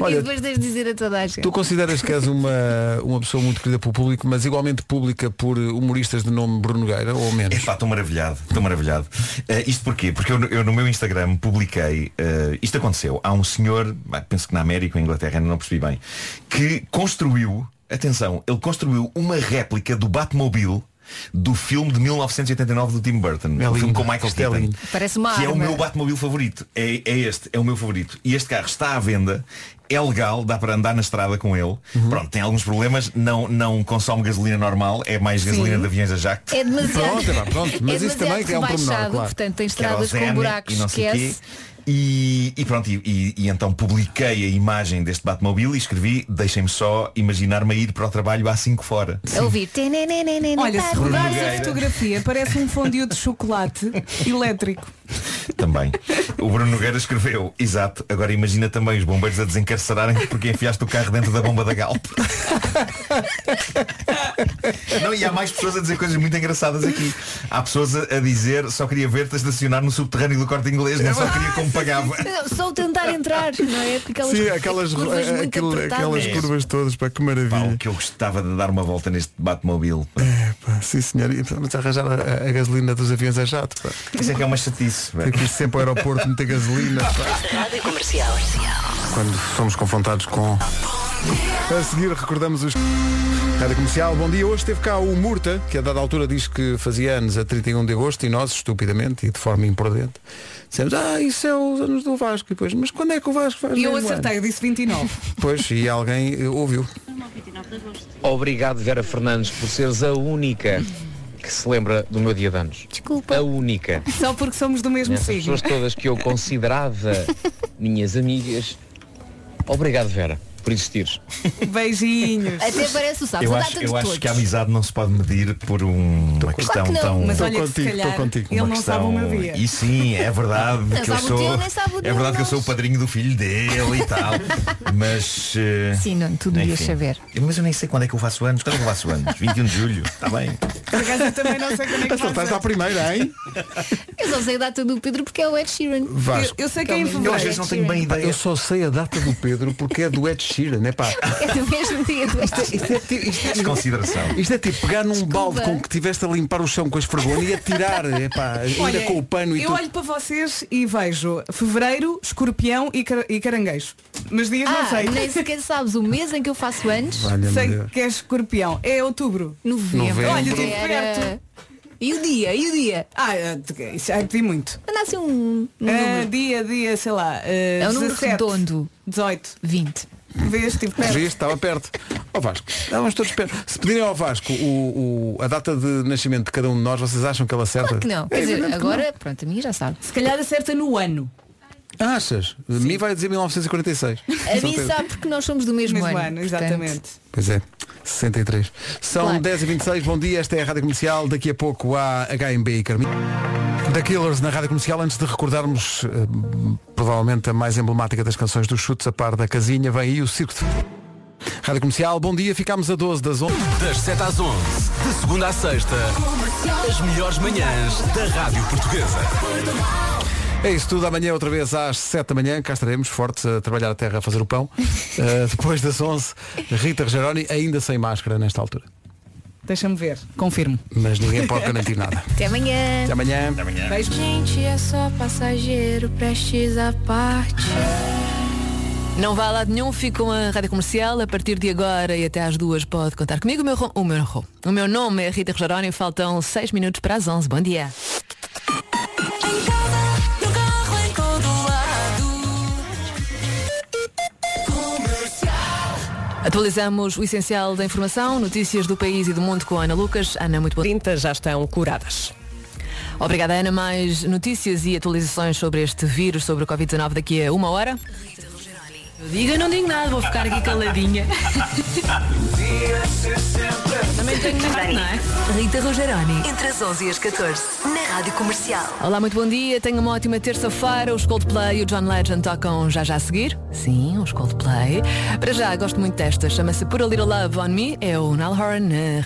[SPEAKER 2] Olha,
[SPEAKER 1] depois tens de dizer a toda a gente.
[SPEAKER 2] Tu consideras que és uma, uma pessoa muito querida pelo público, mas igualmente pública por humoristas de nome Bruno Nogueira, ou menos?
[SPEAKER 10] Epá, estou maravilhado, estou maravilhado. Eh, isto porquê? Porque eu, no- eu no meu Instagram publiquei, eh, isto aconteceu, há um senhor, bah, penso que na América ou Inglaterra, ainda não percebi bem, que construiu, atenção, ele construiu uma réplica do Batmobile do filme de 1989 do Tim Burton, o filme com Michael
[SPEAKER 2] é
[SPEAKER 10] Keaton.
[SPEAKER 1] Parece uma
[SPEAKER 10] que é o
[SPEAKER 1] arma.
[SPEAKER 10] meu Batmobile favorito. É, é este, é o meu favorito. E este carro está à venda, é legal, dá para andar na estrada com ele.
[SPEAKER 1] Uhum.
[SPEAKER 10] Pronto, tem alguns problemas, não, não consome gasolina normal, é mais gasolina
[SPEAKER 1] Sim.
[SPEAKER 10] de aviões a jato.
[SPEAKER 1] É demasiado. é demasiado
[SPEAKER 10] um pormenor,
[SPEAKER 1] rebaixado, Portanto, tem estradas com
[SPEAKER 10] Querosene
[SPEAKER 1] buracos.
[SPEAKER 10] e não sei
[SPEAKER 1] Esquece.
[SPEAKER 10] quê. E, e pronto, e, e- e então publiquei a imagem deste Batmobile e escrevi Deixem-me só imaginar-me a ir para o trabalho às 5 fora.
[SPEAKER 1] A ouvir.
[SPEAKER 5] Olha, se
[SPEAKER 10] Bruno
[SPEAKER 5] recordares a
[SPEAKER 10] Nogueira.
[SPEAKER 5] fotografia, parece um fondue de chocolate elétrico.
[SPEAKER 10] Também. O Bruno Nogueira escreveu, exato, agora imagina também os bombeiros a desencarcerarem porque enfiaste o carro dentro da bomba da Galp. Não, e há mais pessoas a dizer coisas muito engraçadas aqui. Há pessoas a a dizer só queria ver-te a estacionar no subterrâneo do corte inglês, não só queria como pagava.
[SPEAKER 1] Não, Só o tentar entrar, não é? Porque aquelas,
[SPEAKER 2] Sim, aquelas- eh,
[SPEAKER 1] curvas muito
[SPEAKER 2] aquele-
[SPEAKER 1] apertadas.
[SPEAKER 2] aquelas curvas todas, para que maravilha.
[SPEAKER 10] que eu gostava de dar uma volta neste Batmobile. pá.
[SPEAKER 2] É, pá, sim senhor, e precisamos arranjar a, a gasolina dos aviões a jato. Pá.
[SPEAKER 10] Isso é que é uma chatice. pá.
[SPEAKER 2] Tem que ir sempre ao aeroporto meter gasolina. pá.
[SPEAKER 9] Rádio Comercial.
[SPEAKER 2] Quando somos confrontados com. A seguir recordamos os. Rádio Comercial, bom dia. Hoje teve cá o Murta, que a dada altura diz que fazia anos a 31 de agosto e nós, estupidamente e de forma imprudente, dissemos, ah, isso é os anos do Vasco. E depois, mas quando é que o Vasco faz?
[SPEAKER 5] E eu
[SPEAKER 2] mesmo
[SPEAKER 5] acertei, eu disse 29.
[SPEAKER 2] anos?" Pois, e alguém eh, ouviu.
[SPEAKER 6] Obrigado, Vera Fernandes, por seres a única que se lembra do meu dia de anos.
[SPEAKER 5] Desculpa.
[SPEAKER 6] A única.
[SPEAKER 5] Só porque somos do mesmo
[SPEAKER 6] Nessas
[SPEAKER 5] signo.
[SPEAKER 6] pessoas todas que eu considerava minhas amigas. Obrigado, Vera, por existires.
[SPEAKER 5] Beijinhos.
[SPEAKER 1] Até parece o sábado.
[SPEAKER 10] Eu
[SPEAKER 1] Dá
[SPEAKER 10] acho,
[SPEAKER 1] tanto
[SPEAKER 10] eu acho
[SPEAKER 1] todos.
[SPEAKER 10] que a amizade não se pode medir por um- uma questão
[SPEAKER 1] Claro que não,
[SPEAKER 10] tão.
[SPEAKER 1] mas Tô olha que se contigo, calhar tô contigo. ele
[SPEAKER 10] Uma
[SPEAKER 1] não sabe o meu dia.
[SPEAKER 10] E sim, é verdade
[SPEAKER 1] Não
[SPEAKER 10] que eu
[SPEAKER 1] sabe o teu,
[SPEAKER 10] sou.
[SPEAKER 1] nem sabe o
[SPEAKER 10] É
[SPEAKER 1] dele,
[SPEAKER 10] verdade que eu sou o padrinho do filho dele e tal. Mas. eh,
[SPEAKER 1] Sim, não, tu devias
[SPEAKER 10] enfim.
[SPEAKER 1] saber.
[SPEAKER 10] Mas eu nem sei quando é que eu faço anos. Quando é que eu faço anos? 21 de julho. Está bem.
[SPEAKER 5] Por acaso eu também não sei quando é que faz
[SPEAKER 2] Então, à primeira, hein?
[SPEAKER 1] Eu só sei a data do Pedro porque é o Ed Sheeran.
[SPEAKER 2] Vasco.
[SPEAKER 1] Eu, sei que é em fevereiro.
[SPEAKER 2] Pá, Eu só sei a data do Pedro porque é do Ed Sheeran, é pá.
[SPEAKER 1] É do mesmo dia do Ed
[SPEAKER 2] Sheeran. Isto é-
[SPEAKER 10] Desconsideração.
[SPEAKER 2] Isto é tipo pegar num balde com que tiveste a limpar o chão com as esfregona e atirar, é pá, ainda
[SPEAKER 5] Olha,
[SPEAKER 2] com o pano e
[SPEAKER 5] eu
[SPEAKER 2] tudo.
[SPEAKER 5] olho para vocês e vejo fevereiro, escorpião e, car e caranguejo. Mas dias
[SPEAKER 1] Ah,
[SPEAKER 5] não sei.
[SPEAKER 1] nem sequer sabes o mês em que eu faço anos.
[SPEAKER 2] Valha-me
[SPEAKER 5] sei
[SPEAKER 2] Deus.
[SPEAKER 5] que é escorpião. É outubro.
[SPEAKER 1] Novembro.
[SPEAKER 5] Olha, estive
[SPEAKER 1] Era-
[SPEAKER 5] perto.
[SPEAKER 1] E o dia? E o dia?
[SPEAKER 5] Ah, eh, isso já pedi muito.
[SPEAKER 1] Anda assim um, um
[SPEAKER 5] Ah,
[SPEAKER 1] número.
[SPEAKER 5] dia, dia, sei lá. eh,
[SPEAKER 1] É um número
[SPEAKER 5] 17,
[SPEAKER 1] redondo.
[SPEAKER 5] 18.
[SPEAKER 1] 20.
[SPEAKER 5] Vês, tipo,
[SPEAKER 2] Viste,
[SPEAKER 5] perto.
[SPEAKER 2] estava perto. Ó Vasco, estávamos todos perto. Se pedirem ao Vasco o- o- a data de nascimento de cada um de nós, vocês acham que ele acerta? É
[SPEAKER 1] Que não. Quer dizer, agora, pronto, a minha já sabe.
[SPEAKER 5] Se calhar acerta no ano.
[SPEAKER 2] Achas? A mim vai dizer 1946.
[SPEAKER 1] A
[SPEAKER 2] Só
[SPEAKER 1] mim
[SPEAKER 2] ter-
[SPEAKER 1] sabe porque nós somos do mesmo,
[SPEAKER 5] Mesmo
[SPEAKER 1] ano.
[SPEAKER 5] ano,
[SPEAKER 1] portanto.
[SPEAKER 5] exatamente.
[SPEAKER 2] Pois é, 63. São 10h26, bom dia, esta é a Rádio Comercial, daqui a pouco há HMB e Carminho. Da Killers na Rádio Comercial, antes de recordarmos eh, provavelmente a mais emblemática das canções dos chutes a par da casinha, vem aí o Circo de... Rádio Comercial, bom dia, ficámos a 12 das 11.
[SPEAKER 15] Das 7 às 11, de segunda à sexta, as melhores manhãs da Rádio Portuguesa.
[SPEAKER 2] É isso tudo, amanhã outra vez às 7 da manhã, cá estaremos fortes a trabalhar a terra, a fazer o pão. Eh, depois das 11, Rita Rogeroni, ainda sem máscara nesta altura.
[SPEAKER 5] Deixa-me ver. Confirmo.
[SPEAKER 2] Mas ninguém pode garantir nada.
[SPEAKER 1] Até amanhã.
[SPEAKER 2] Até amanhã. Até amanhã.
[SPEAKER 16] Gente, é só passageiro, prestes à parte.
[SPEAKER 17] Não vá a lado nenhum, fique com a Rádio Comercial. A partir de agora e até às duas pode contar comigo. O meu, ro- o meu, ro- o meu nome é Rita Rogerónio. Faltam seis minutos para as onze. Bom dia. Atualizamos o essencial da informação, notícias do país e do mundo com a Ana Lucas. Ana, muito boa. Tintas já estão curadas. Obrigada, Ana. Mais notícias e atualizações sobre este vírus, sobre o Covid-19 daqui a uma hora. Eu digo, eu não digo nada, vou ficar aqui caladinha. Também tenho nada, não é? Rita Rogeroni.
[SPEAKER 9] Entre as 11 e as 14, na Rádio Comercial.
[SPEAKER 17] Olá, muito bom dia. Tenha uma ótima terça-feira. Os Coldplay e o John Legend tocam já já a seguir. Sim, os Coldplay. Para já, gosto muito desta. Chama-se Put a Little Love on Me. É o Nal Horan. na